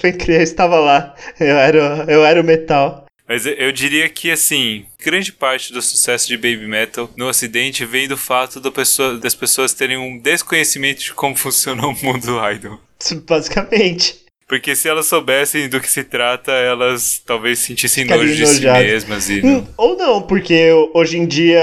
foi incrível, eu estava lá. Eu era, o- eu era o metal.
Mas eu- eu diria que, assim, grande parte do sucesso de Baby Metal no ocidente vem do fato da pessoa- das pessoas terem um desconhecimento de como funciona o mundo idol.
Basicamente.
Porque se elas soubessem do que se trata, elas talvez sentissem
Ficariam
nojo de si
enojadas.
mesmas e...
Hum, Ou não, porque hoje em dia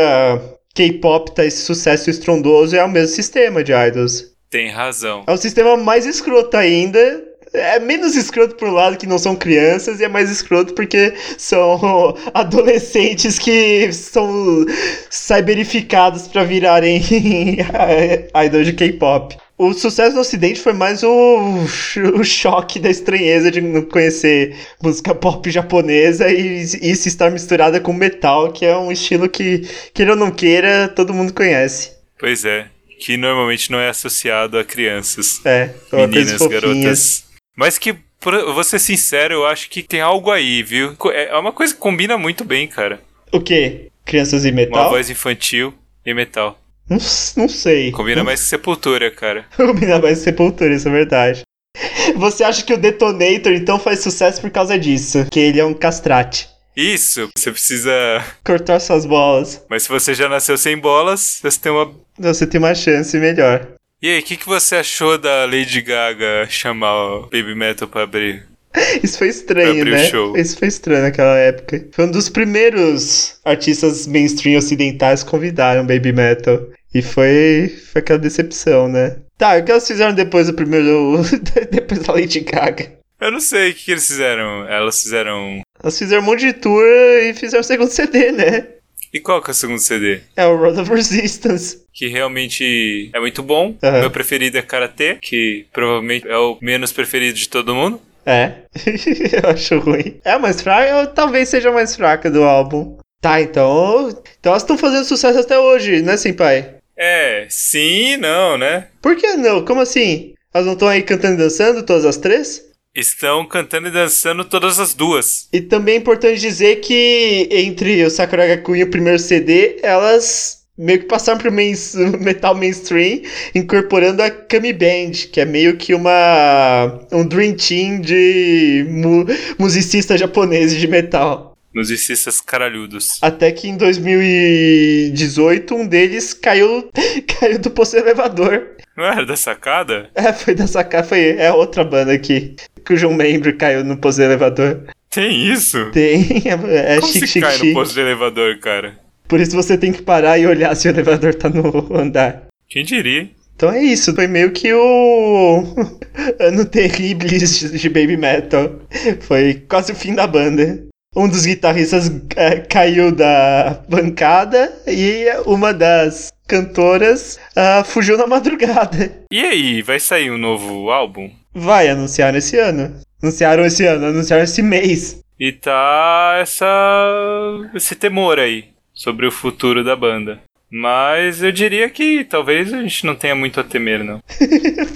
K-pop tá esse sucesso estrondoso e é o mesmo sistema de idols.
Tem razão.
É um sistema mais escroto ainda. É menos escroto por um lado que não são crianças, e é mais escroto porque são adolescentes que são cyberificados pra virarem idol de K-pop. O sucesso no ocidente foi mais o, o choque da estranheza de não conhecer música pop japonesa e isso estar misturada com metal, que é um estilo que, queira ou não queira, todo mundo conhece.
Pois é. Que normalmente não é associado a crianças.
É, é uma coisa
Meninas,
fofinha.
garotas. Mas que, pra- vou ser sincero, eu acho que tem algo aí, viu? Co- É é uma coisa que combina muito bem, cara.
O quê? Crianças e
Uma
metal?
voz infantil e metal.
Não, s- não sei.
Combina mais que Sepultura, cara.
Combina mais Sepultura, isso é verdade. Você acha que o Detonator então faz sucesso por causa disso? Que ele é um castrate.
Isso, você precisa.
Cortar suas bolas.
Mas se você já nasceu sem bolas, você tem uma.
Você tem uma chance melhor.
E aí, o que, que você achou da Lady Gaga chamar o Baby Metal pra abrir?
Isso foi estranho,
Abriu o
né?
show.
Isso foi estranho naquela época. Foi um dos primeiros artistas mainstream ocidentais que convidaram Baby Metal. E foi, foi aquela decepção, né? Tá, o que elas fizeram depois do primeiro. depois da Lady Gaga?
Eu não sei o que, que eles fizeram. Elas fizeram.
Elas fizeram um monte de tour e fizeram o segundo CD, né?
E qual que é o segundo CD?
É o Road of Resistance.
Que realmente é muito bom.
Aham.
Meu preferido é Karatê, que provavelmente é o menos preferido de todo mundo.
É. eu acho ruim. É a mais fraca, ou talvez seja a mais fraca do álbum. Tá, então. Então elas estão fazendo sucesso até hoje, né, Senpai?
É, sim e não, né?
Por que não? Como assim? Elas não estão aí cantando e dançando, todas as três?
Estão cantando e dançando todas as duas.
E também é importante dizer que entre o Sakuraga Kun e o primeiro CD, elas meio que passaram pro main, metal mainstream, incorporando a Kami Band, que é meio que uma um dream team de mu, musicistas japoneses de metal.
Musicistas caralhudos.
Até que em 2018 um deles caiu caiu do posto elevador.
Não era da sacada?
É, foi da sacada, foi é outra banda aqui cujo membro caiu no posto elevador.
Tem isso?
Tem, é, é
Como
chique,
se
chique,
cai no
chique.
posto de elevador, cara?
Por isso você tem que parar e olhar se o elevador tá no andar.
Quem diria?
Então é isso, foi meio que o ano terrível de de baby metal. Foi quase o fim da banda. Um dos guitarristas eh, caiu da bancada e uma das cantoras ah, fugiu na madrugada.
E aí, vai sair um novo álbum?
Vai, anunciaram esse ano. Anunciaram esse ano, anunciaram esse mês.
E tá essa esse temor aí sobre o futuro da banda. Mas eu diria que talvez a gente não tenha muito a temer, não.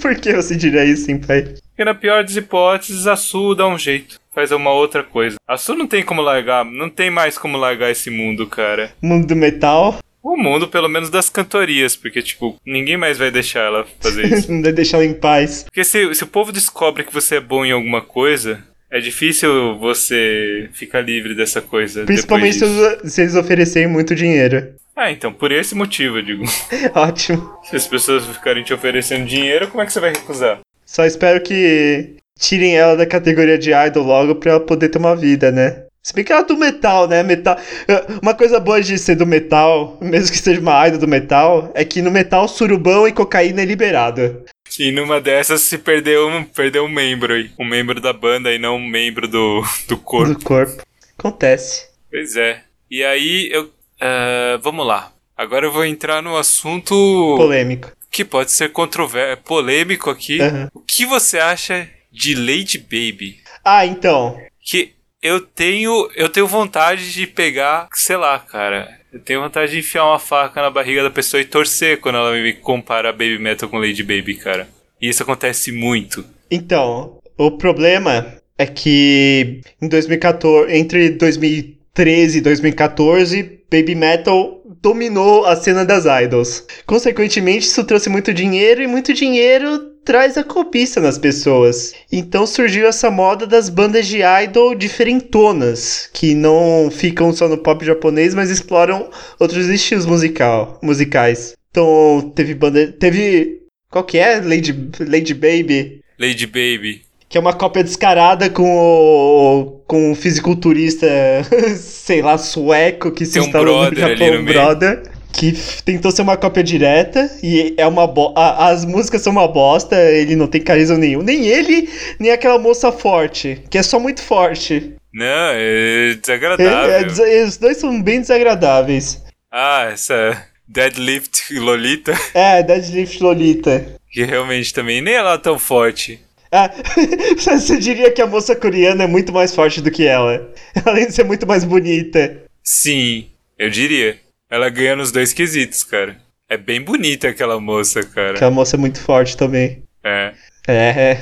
Por que você diria isso, hein, pai?
Porque na pior das hipóteses, a Su dá um jeito, faz uma outra coisa. A Su não tem como largar, não tem mais como largar esse mundo, cara.
Mundo do metal
O mundo, pelo menos, das cantorias, porque, tipo, ninguém mais vai deixar ela fazer isso.
não vai deixar ela em paz.
Porque se, se o povo descobre que você é bom em alguma coisa, é difícil você ficar livre dessa coisa. depois
Principalmente se
disso.
eles- se eles oferecerem muito dinheiro.
Ah, então, por esse motivo, eu digo.
Ótimo.
Se as pessoas ficarem te oferecendo dinheiro, como é que você vai recusar?
Só espero que tirem ela da categoria de idol logo pra ela poder ter uma vida, né? Se bem que ela é do metal, né? Metal. eh, Uma coisa boa de ser do metal, mesmo que seja uma idol do metal, é que no metal surubão e cocaína é liberado.
E numa dessas se perdeu um, perdeu um membro aí. Um membro da banda e não um membro do, do corpo.
Do corpo. Acontece.
Pois é. E aí eu. ah, vamos lá. Agora eu vou entrar num assunto
Polêmico.
que pode ser controver polêmico aqui.
Aham.
O que você acha de Lady Baby?
Ah, então.
Que eu tenho. Eu tenho vontade de pegar, sei lá, cara. Eu tenho vontade de enfiar uma faca na barriga da pessoa e torcer quando ela me compara Baby Metal com Lady Baby, cara. E isso acontece muito.
Então, o problema é que em 2014, entre 2013 e 2014, Baby Metal dominou a cena das idols. Consequentemente, isso trouxe muito dinheiro e muito dinheiro traz a cobiça nas pessoas. Então surgiu essa moda das bandas de idol diferentonas, que não ficam só no pop japonês, mas exploram outros estilos musical, musicais. Então, teve banda, teve qual que é? Lady, Lady Baby,
Lady Baby.
que é uma cópia descarada com o, com o fisiculturista, sei lá, sueco que se
Tem um
instalou no
brother ali
Japão,
no meio.
brother, que f- tentou ser uma cópia direta e é uma bo- a- as músicas são uma bosta, ele não tem carisma nenhum, nem ele, nem aquela moça forte, que é só muito forte.
Não, é
É-
desagradável.
é des- os dois são bem desagradáveis.
Ah, essa Deadlift Lolita,
É, Deadlift Lolita.
que realmente também nem ela é tão forte.
Ah, você diria que a moça coreana é muito mais forte do que ela. Além de ser muito mais bonita.
Sim, eu diria. Ela ganha nos dois quesitos, cara. É bem bonita aquela moça,
Que
cara.
a moça é muito forte também.
É.
É.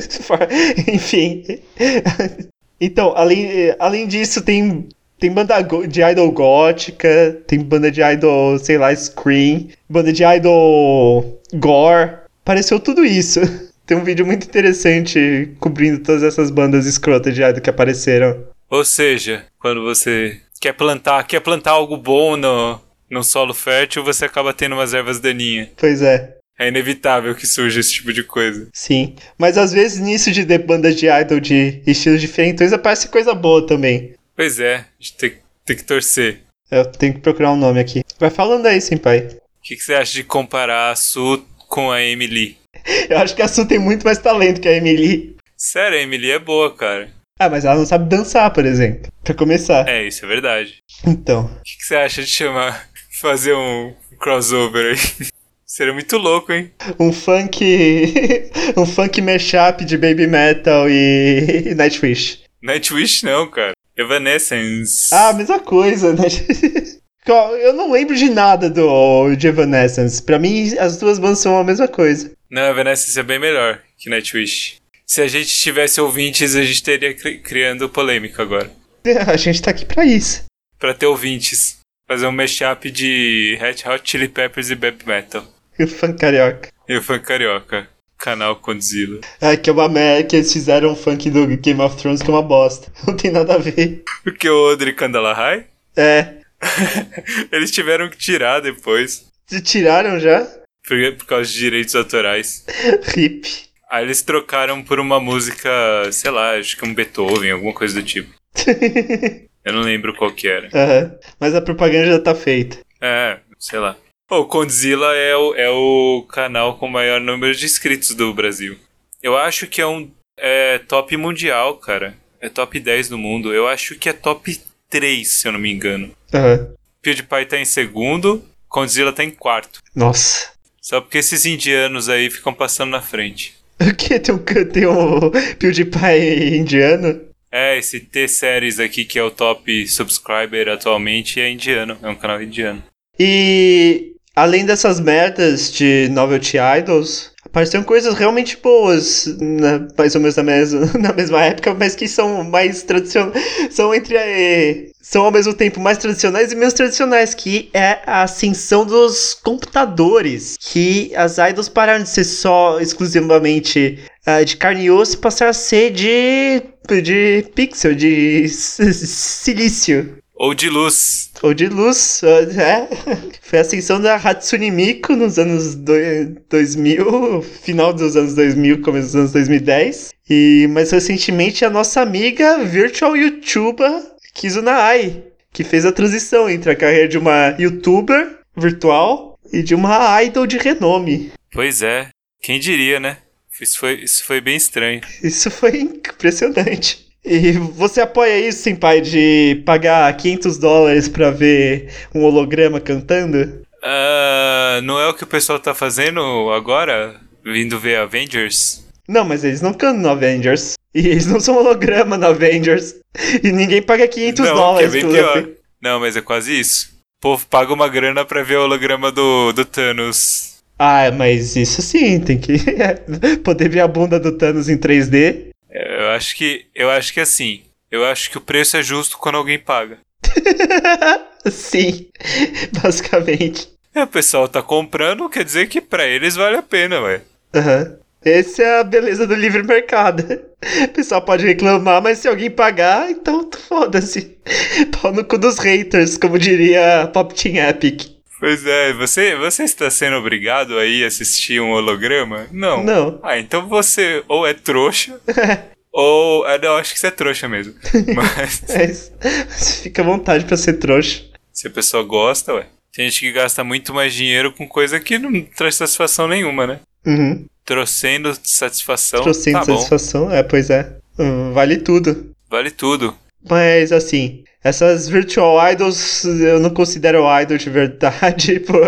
for- Enfim. Então, além, além disso, tem, tem banda go- de idol gótica, tem banda de idol, sei lá, screen, banda de idol gore. Pareceu tudo isso. Tem um vídeo muito interessante cobrindo todas essas bandas escrotas de idol que apareceram.
Ou seja, quando você quer plantar, quer plantar algo bom no, no solo fértil, você acaba tendo umas ervas daninhas.
Pois é,
É inevitável que surja esse tipo de coisa.
sim. Mas às vezes nisso de de- bandas de idol de estilos diferentes aparece coisa boa também.
Pois é, a gente tem, tem que torcer.
Eu tenho que procurar um nome aqui. Vai falando aí, senpai.
O que, que você acha de comparar a Su com a Emily?
Eu acho que a Su tem muito mais talento que a Emily.
Sério, a Emily é boa, cara.
Ah, mas ela não sabe dançar, por exemplo. Pra começar.
É, isso é verdade.
Então.
O que, que você acha de chamar, fazer um crossover aí? Seria muito louco, hein?
Um funk. um funk mashup de baby metal e. e Nightwish.
Nightwish não, cara. Evanescence.
Ah, mesma coisa, né? Qual- Eu não lembro de nada do de Evanescence. Pra mim, as duas bandas são a mesma coisa.
Não, Evanescence é bem melhor que Nightwish. Se a gente tivesse ouvintes, a gente teria cri- criando polêmica agora.
A gente tá aqui pra isso.
Pra ter ouvintes. Fazer um mashup de Red Hot Chili Peppers e Baby Metal.
E o funk carioca.
E o funk carioca. Canal Condzilla.
É que é uma merda que eles fizeram o funk do Game of Thrones que é uma bosta. Não tem nada a ver.
O que o Odri Kandalahai?
É.
Eles tiveram que tirar depois.
Te tiraram já?
Por, por causa de direitos autorais.
Hip.
Aí eles trocaram por uma música, sei lá, acho que um Beethoven, alguma coisa do tipo. Eu não lembro qual que era.
Aham. Mas a propaganda já tá feita.
É, sei lá. Pô, o Condzilla é o, é o canal com o maior número de inscritos do Brasil. Eu acho que é um é top mundial, cara. É top 10 do mundo. Eu acho que é top 3, se eu não me engano.
Aham.
PewDiePie tá em segundo, Condzilla tá em quarto.
Nossa.
Só porque esses indianos aí ficam passando na frente.
O que? Tem um, can- tem um PewDiePie indiano?
É, esse T-Series aqui, que é o top subscriber atualmente, é indiano. É um canal indiano.
E além dessas merdas de novelty idols, apareceram coisas realmente boas, na- mais ou menos na, mes- na mesma época, mas que são mais tradicionais. São entre. eh, São ao mesmo tempo mais tradicionais e menos tradicionais, que é a ascensão dos computadores. Que as idols pararam de ser só exclusivamente ah, de carne e osso e passaram a ser de. de pixel, de si- silício.
Ou de luz.
Ou de luz, é. Foi a ascensão da Hatsune Miku nos anos doi- 2000, final dos anos 2000, começo dos anos 2010. E mais recentemente a nossa amiga virtual youtuber Kizunai, que fez a transição entre a carreira de uma youtuber virtual e de uma idol de renome.
Pois é, quem diria, né? Isso foi, isso foi bem estranho.
Isso foi impressionante. E você apoia isso, Senpai, de pagar 500 dólares pra ver um holograma cantando?
Ah, não é o que o pessoal tá fazendo agora? Vindo ver Avengers?
Não, mas eles não cantam no Avengers. E eles não são holograma no Avengers. E ninguém paga 500
não,
dólares
que é bem
pelo
pior.
Aven-
Não, mas é quase isso. O povo paga uma grana pra ver o holograma do, do Thanos.
Ah, mas isso sim, tem que poder ver a bunda do Thanos em 3D.
É, Eu acho que. Eu acho que é assim. Eu acho que o preço é justo quando alguém paga.
sim, basicamente.
É, o pessoal tá comprando, quer dizer que pra eles vale a pena, ué.
Aham. Essa é a beleza do livre mercado. O pessoal pode reclamar, mas se alguém pagar, então foda-se. Pau no cu dos haters, como diria Pop Team Epic.
Pois é, você, você está sendo obrigado aí a assistir um holograma? Não.
Não.
Ah, então você ou é trouxa, ou. Ah, não, acho que você é trouxa mesmo. Mas
Mas, mas é fica à vontade pra ser trouxa.
se a pessoa gosta, ué. Tem gente que gasta muito mais dinheiro com coisa que não traz satisfação nenhuma, né?
Uhum.
Trouxendo satisfação,
trouxe
tá bom.
satisfação, é, pois é. Hum, Vale tudo.
Vale tudo.
Mas assim, essas virtual idols eu não considero idol de verdade por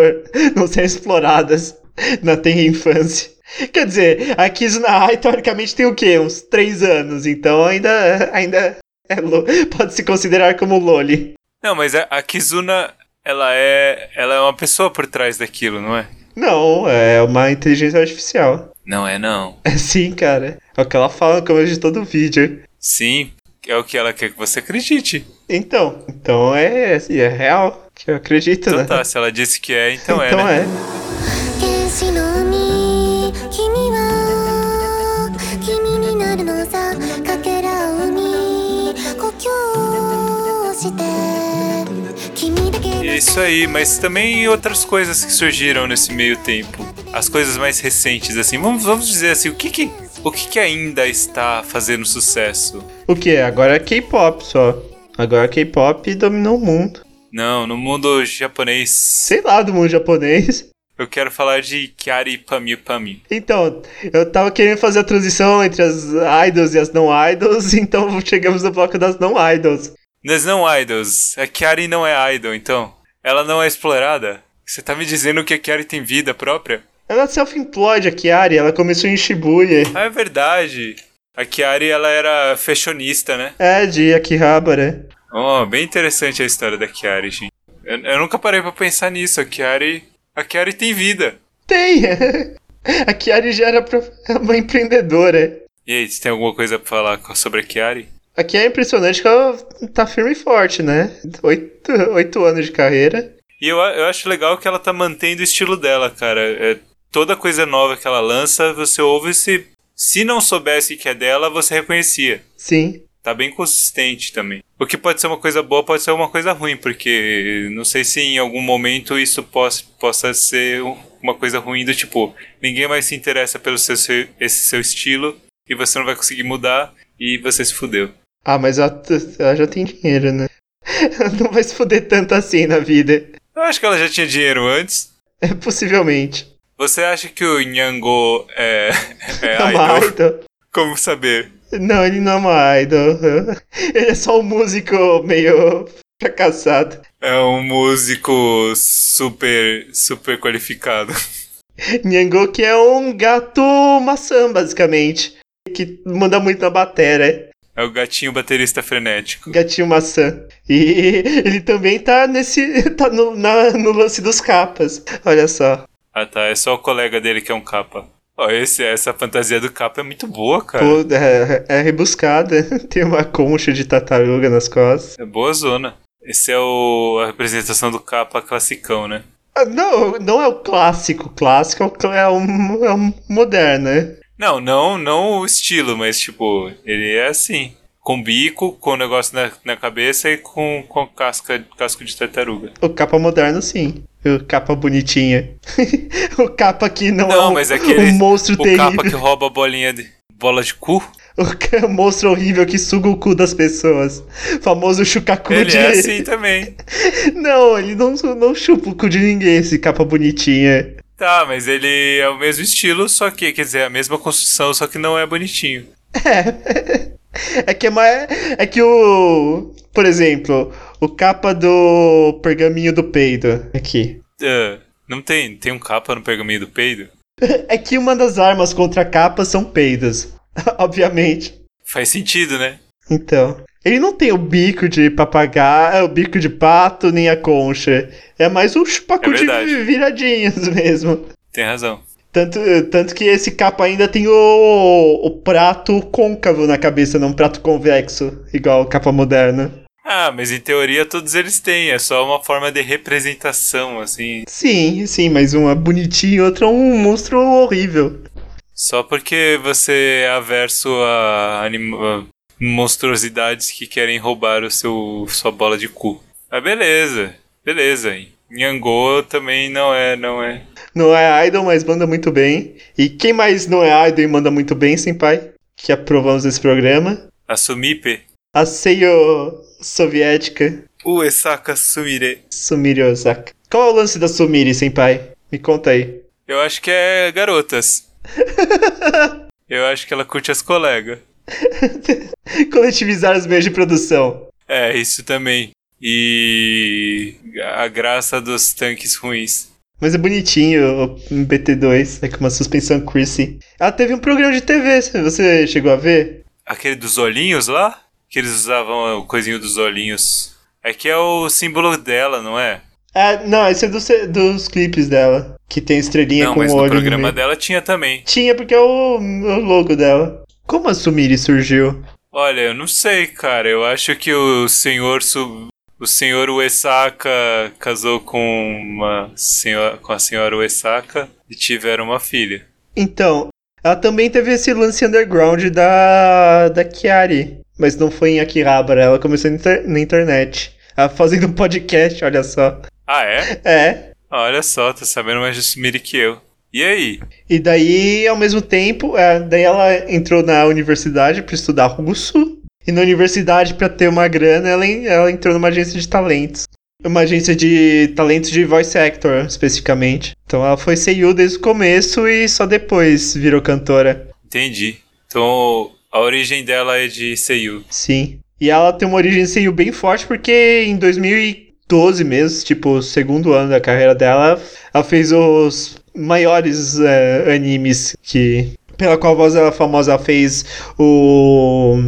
não serem exploradas na tenra infância. Quer dizer, a Kizunahai teoricamente tem o quê? Uns 3 anos, então ainda, ainda é lo- pode se considerar como loli.
Não, mas a, a Kizuna, ela é. Ela é uma pessoa por trás daquilo, não é?
Não, é uma inteligência artificial.
Não é, não.
É sim, cara. É o que ela fala no começo de todo vídeo.
Sim, é o que ela quer que você acredite.
Então, então é, é real. que Eu acredito, né?
Então tá, se ela disse que é, então é,
então
né?
é.
天使の海君は君になるのさかけらを海呼吸をして君だけの
E é isso aí, mas também outras coisas que surgiram nesse meio tempo. As coisas mais recentes, assim, vamos, vamos dizer assim, o que que, o que que ainda está fazendo sucesso?
O que? Agora é K-pop só. Agora K-pop dominou o mundo.
Não, no mundo japonês,
Sei lá do mundo japonês.
eu quero falar de Kyari Pami Pami.
Então, eu tava querendo fazer a transição entre as idols e as não idols, então chegamos no bloco das não idols.
Mas não idols, a Kyari não é idol, então. Ela não é explorada. Você tá me dizendo que a Kyari tem vida própria?
Ela é self-employed, a Kiari, ela começou em Shibuya.
Ah, é verdade. A Kyari, ela era fashionista, né?
É, de Akihabara.
Oh, bem interessante a história da Kiari, gente. Eu, eu nunca parei pra pensar nisso. A Kiari, a Kiari tem vida.
Tem! A Kiari já era pro- uma empreendedora.
E aí, você tem alguma coisa pra falar co- sobre a Kiari?
Aqui é impressionante que ela tá firme e forte, né? Oito, oito anos de carreira.
E eu, a- eu acho legal que ela tá mantendo o estilo dela, cara. É, toda coisa nova que ela lança, você ouve se. Se não soubesse que é dela, você reconhecia.
Sim.
Tá bem consistente também. O que pode ser uma coisa boa, pode ser uma coisa ruim, porque não sei se em algum momento isso possa, possa ser um- uma coisa ruim do tipo, ninguém mais se interessa pelo seu, seu- esse seu estilo e você não vai conseguir mudar e você se fudeu.
Ah, mas ela, t- ela já tem dinheiro, né? Ela não vai se fuder tanto assim na vida.
Eu acho que ela já tinha dinheiro antes.
É, possivelmente.
Você acha que o Nyango é, é
É uma
idol?
idol.
Como saber?
Não, ele não é uma idol. Ele é só um músico meio fracassado.
É um músico super, super qualificado.
Nyango que é um gato maçã, basicamente. Que manda muito na batera.
É o gatinho baterista frenético.
Gatinho maçã. E ele também tá nesse. tá no, na- no lance dos capas. Olha só.
Ah tá, é só o colega dele que é um capa. Ó, esse, essa fantasia do capa é muito boa, cara.
Pô, é, é rebuscada. Tem uma concha de tartaruga nas costas.
É boa zona. Esse é o, a representação do capa classicão, né?
Ah, Não, não é o clássico. O clássico é, o, cl- é um, é um moderno, né?
Não, não, não o estilo, mas tipo, ele é assim. Com bico, com o negócio na, na cabeça e com, com casca, casco de tartaruga.
O capa moderno, sim. O capa bonitinha. o capa que não,
Não,
é um,
mas é aquele-
um monstro
O
terrível.
capa que rouba a bolinha de. bola de cu?
O ca- monstro horrível que suga o cu das pessoas. Famoso chucacu
Ele
de...
é assim também.
Não, ele não, su- não chupa o cu de ninguém, esse capa bonitinha.
Tá, mas ele é o mesmo estilo, só que, quer dizer, é a mesma construção, só que não é bonitinho.
É que é mais. É que o. Por exemplo, o capa do pergaminho do peido. Aqui.
Ah, não tem, tem um capa no pergaminho do peido?
É que uma das armas contra capa são peidas. Obviamente.
Faz sentido, né?
Então. Ele não tem o bico de papagaio, é o bico de pato, nem a concha. É mais um chupacu
É verdade.
de viradinhas mesmo.
Tem razão.
Tanto, tanto que esse capa ainda tem o, o prato côncavo na cabeça, não um prato convexo, igual o capa moderna.
Ah, mas em teoria todos eles têm, é só uma forma de representação, assim.
Sim, sim, um é mas uma bonitinha e outra um monstro horrível.
Só porque você é averso a, anim- a monstruosidades que querem roubar o seu sua bola de cu. Ah, beleza. Beleza, hein? Nhangô também não é, não é.
Não é idol, mas manda muito bem. E quem mais não é idol e manda muito bem, senpai? Que aprovamos esse programa.
Assumipe.
A Seiyo soviética
Uesaka Sumire.
Sumiri Osaka. Qual é o lance da Sumiri, senpai? Me conta aí.
Eu acho que é garotas. Eu acho que ela curte as colegas.
Coletivizar os meios de produção.
É, isso também. E a graça dos tanques ruins.
Mas é bonitinho o BT2, é com uma suspensão Chrissy. Ela teve um programa de TV, você chegou a ver?
Aquele dos olhinhos lá? Que eles usavam o coisinho dos olhinhos. É que é o símbolo dela, não é?
Ah, não, esse é do ce- dos clipes dela, que tem estrelinha
não,
é com né? o
mas
olho.
no
no
programa
meio.
dela tinha também.
Tinha, porque é o, o logo dela. Como a Sumiri surgiu?
Olha, eu não sei, cara. Eu acho que o senhor sub... o senhor Uesaka casou com uma senhora com a senhora Uesaka e tiveram uma filha.
Então, ela também teve esse lance underground da, da Kiari, mas não foi em Akihabara, ela começou na, inter- na internet. Ela fazendo um podcast, olha só.
Ah, é?
É,
Olha só, tá sabendo mais de Sumiri que eu. E aí?
E daí, ao mesmo tempo, é, daí ela entrou na universidade pra estudar russo. E na universidade, pra ter uma grana, ela, en- ela entrou numa agência de talentos. Uma agência de talentos de voice actor, especificamente. Então ela foi seiyuu desde o começo e só depois virou cantora.
Entendi. Então, a origem dela é de Seiyu.
Sim. E ela tem uma origem seiyuu bem forte porque em 2012 mesmo, tipo, o segundo ano da carreira dela, ela fez os maiores é, animes que pela qual voz ela é famosa, ela fez o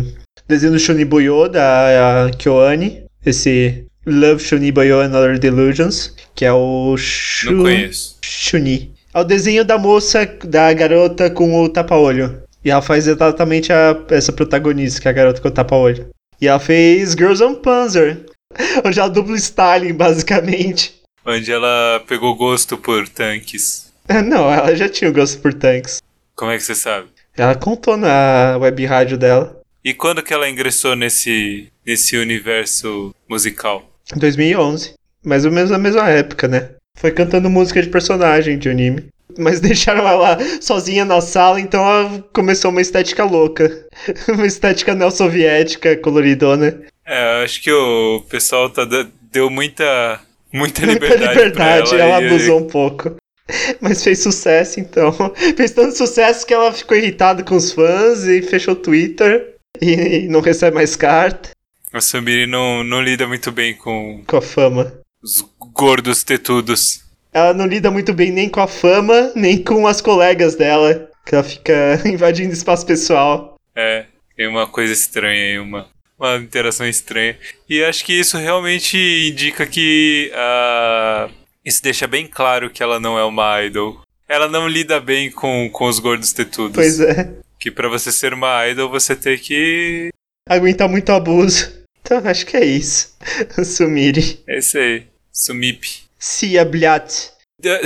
desenho do Shonibuyo da Kyoane, esse Love Shonibuyo and Other Delusions, que é o Shu...
Não conheço.
Shuni. É o desenho da moça, da garota com o tapa-olho. E ela faz exatamente a, essa protagonista, que é a garota que eu tapa olho. E ela fez Girls on Panzer, onde ela dupla Stalin, basicamente.
Onde ela pegou gosto por tanques.
Não, ela já tinha o gosto por tanques.
Como é que você sabe?
Ela contou na web rádio dela.
E quando que ela ingressou nesse, nesse universo musical?
Em 2011. Mais ou menos na mesma época, né? Foi cantando música de personagem de anime. Mas deixaram ela sozinha na sala, então ela começou uma estética louca. uma estética neo-soviética, coloridona.
É, eu acho que o pessoal tá, da- deu muita, muita
Muita
liberdade,
liberdade,
pra
ela
ela. e-
abusou um pouco. Mas fez sucesso, então. Fez tanto sucesso que ela ficou irritada com os fãs e fechou o Twitter. E, e não recebe mais carta
A Sambiri não, não lida muito bem com
com a fama.
os gordos tetudos.
Ela não lida muito bem nem com a fama, nem com as colegas dela. Que ela fica invadindo espaço pessoal.
É, tem uma coisa estranha aí, uma, uma interação estranha. E acho que isso realmente indica que ah, isso deixa bem claro que ela não é uma idol. Ela não lida bem com, com os gordos tetudos.
Pois é.
Que pra você ser uma idol, você tem que...
Aguenta muito abuso. Então acho que é isso. Sumire.
É isso aí, Sumip.
Sia Bliat.
Da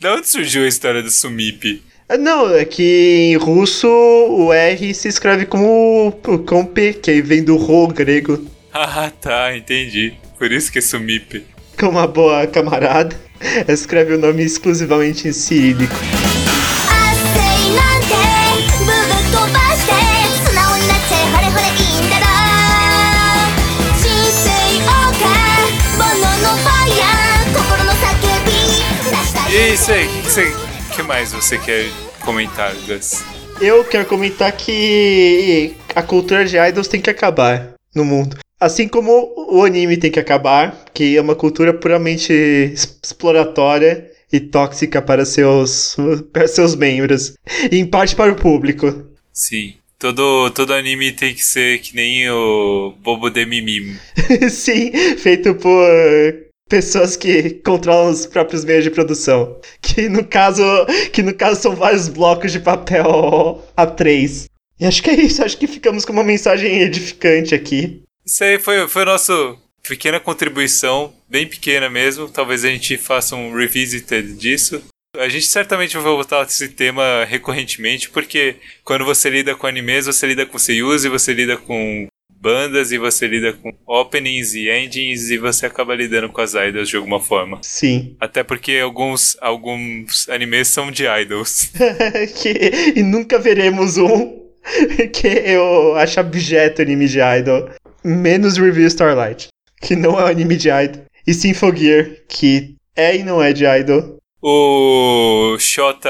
da onde surgiu a história do Sumip?
Ah, Não, é que em russo o R se escreve como, com P, que vem do Rô grego,
Ah, tá, entendi. Por isso que é Sumip.
que é uma boa camarada. Escreve o nome exclusivamente em cirílico.
「あっせいなんてぶっ飛ばして」「素直になっちゃえほれほれいいんだろ」「人生をか煩悩のファイヤー」「心の叫び出したい」
E isso aí, o que, que você- que mais você quer comentar, Gus?
Eu quero comentar que a cultura de idols tem que acabar no mundo. Assim como o anime tem que acabar, que é uma cultura puramente es- exploratória e tóxica para seus, para seus membros. E em parte para o público.
Sim. Todo, todo anime tem que ser que nem o Bobo de Mimim.
Sim, feito por pessoas que controlam os próprios meios de produção. Que no caso, que no caso são vários blocos de papel A3. E acho que é isso, acho que ficamos com uma mensagem edificante aqui.
Isso aí foi, foi nosso pequena contribuição, bem pequena mesmo. Talvez a gente faça um revisited disso. A gente certamente vai voltar a esse tema recorrentemente, porque quando você lida com animes, você lida com seiyus, e você lida com bandas, e você lida com openings e endings, e você acaba lidando com as idols de alguma forma.
Sim.
Até porque alguns, alguns animes são de idols.
que, e nunca veremos um que eu acho abjeto anime de idol. Menos Review Starlight, que não é um anime de idol. E Sinfogear, que é e não é de idol.
O Shota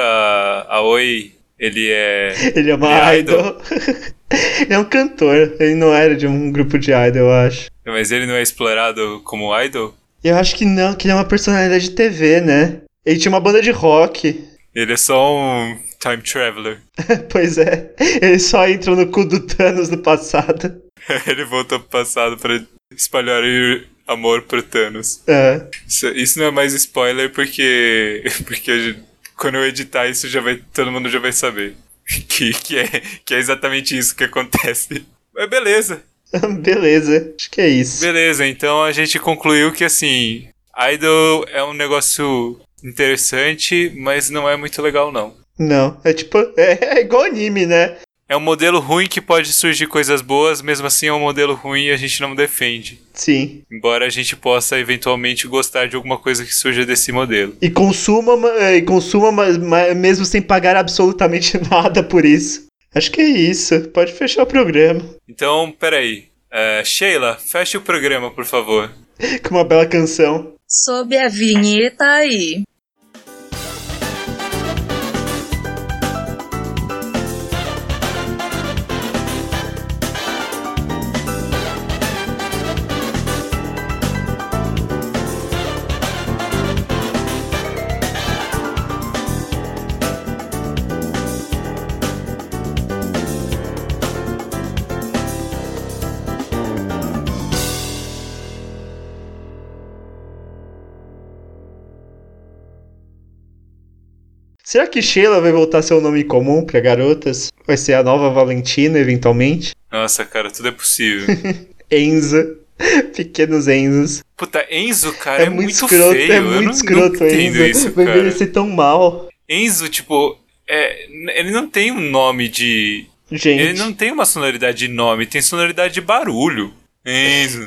Aoi, ele é.
Ele é uma
Ele é
idol. ele é um cantor. Ele não era de um grupo de idol, eu acho.
Mas ele não é explorado como idol?
Eu acho que não, que ele é uma personalidade de TV, né? Ele tinha uma banda de rock.
Ele é só um time traveler.
pois é. Ele só entrou no cu do Thanos no passado.
ele voltou pro passado pra espalhar o amor pro Thanos.
É.
Isso, isso não é mais spoiler porque. Porque a gente- quando eu editar isso já vai. Todo mundo já vai saber. Que, que, é, que é exatamente isso que acontece. Mas beleza.
Beleza. Acho que é isso.
Beleza, então a gente concluiu que assim, Idol é um negócio interessante, mas não é muito legal não.
Não. É tipo. É, é igual anime, né?
É um modelo ruim que pode surgir coisas boas, mesmo assim é um modelo ruim e a gente não defende.
Sim.
Embora a gente possa eventualmente gostar de alguma coisa que surja desse modelo.
E consuma, ma- é, e consuma mas, mas mesmo sem pagar absolutamente nada por isso. Acho que é isso. Pode fechar o programa.
Então, peraí. É, Sheila, feche o programa, por favor.
Com uma bela canção.
Sob a vinheta aí.
Será que Sheila vai voltar a ser um nome comum pra garotas? Vai ser a nova Valentina, eventualmente?
Nossa, cara, tudo é possível.
Enza. Pequenos Enzos.
Puta, Enzo, cara, é, muito,
escroto,
feio.
é
Eu
muito
não-
escroto
não entendo
Enzo.
isso,
vai
cara.
envelhecer tão mal.
Enzo, tipo, é, n- ele não tem um nome de.
Gente.
Ele não tem uma sonoridade de nome, tem sonoridade de barulho. Enzo.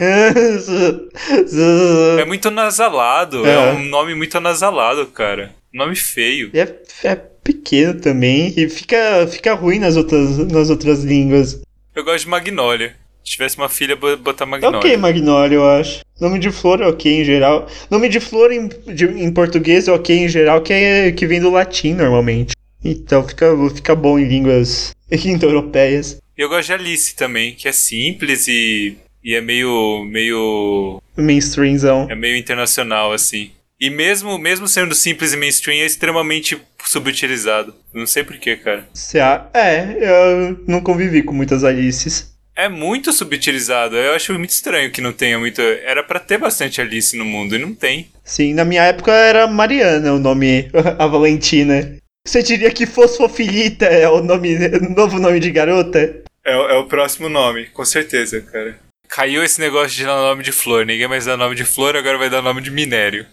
É muito anasalado, é.
É.
um nome muito anasalado, cara. Nome feio.
E é, é pequeno também e fica, fica ruim nas outras, nas outras línguas.
Eu gosto de Magnólia. Se tivesse uma filha, bo- botar
É
Magnólia.
ok, Magnólia, eu acho. Nome de flor é ok em geral. Nome de flor em, de- em português é ok em geral, que, é, que vem do latim normalmente. Então fica, fica bom em línguas indo-europeias.
E eu gosto de Alice também, que é simples e, e é meio, meio
Mainstreamzão.
é meio internacional assim. E mesmo mesmo sendo simples e mainstream, é extremamente subutilizado. Não sei porquê, cara.
Se há- É, eu não convivi com muitas Alices.
É muito subutilizado. Eu acho muito estranho que não tenha muito. Era pra ter bastante Alice no mundo e não tem.
Sim, na minha época era Mariana o nome, a Valentina. Você diria que fosfofilita é o nome, novo nome de garota?
É, o próximo nome, com certeza, cara. Caiu esse negócio de dar nome de flor. Ninguém mais dá nome de flor, agora vai dar nome de minério.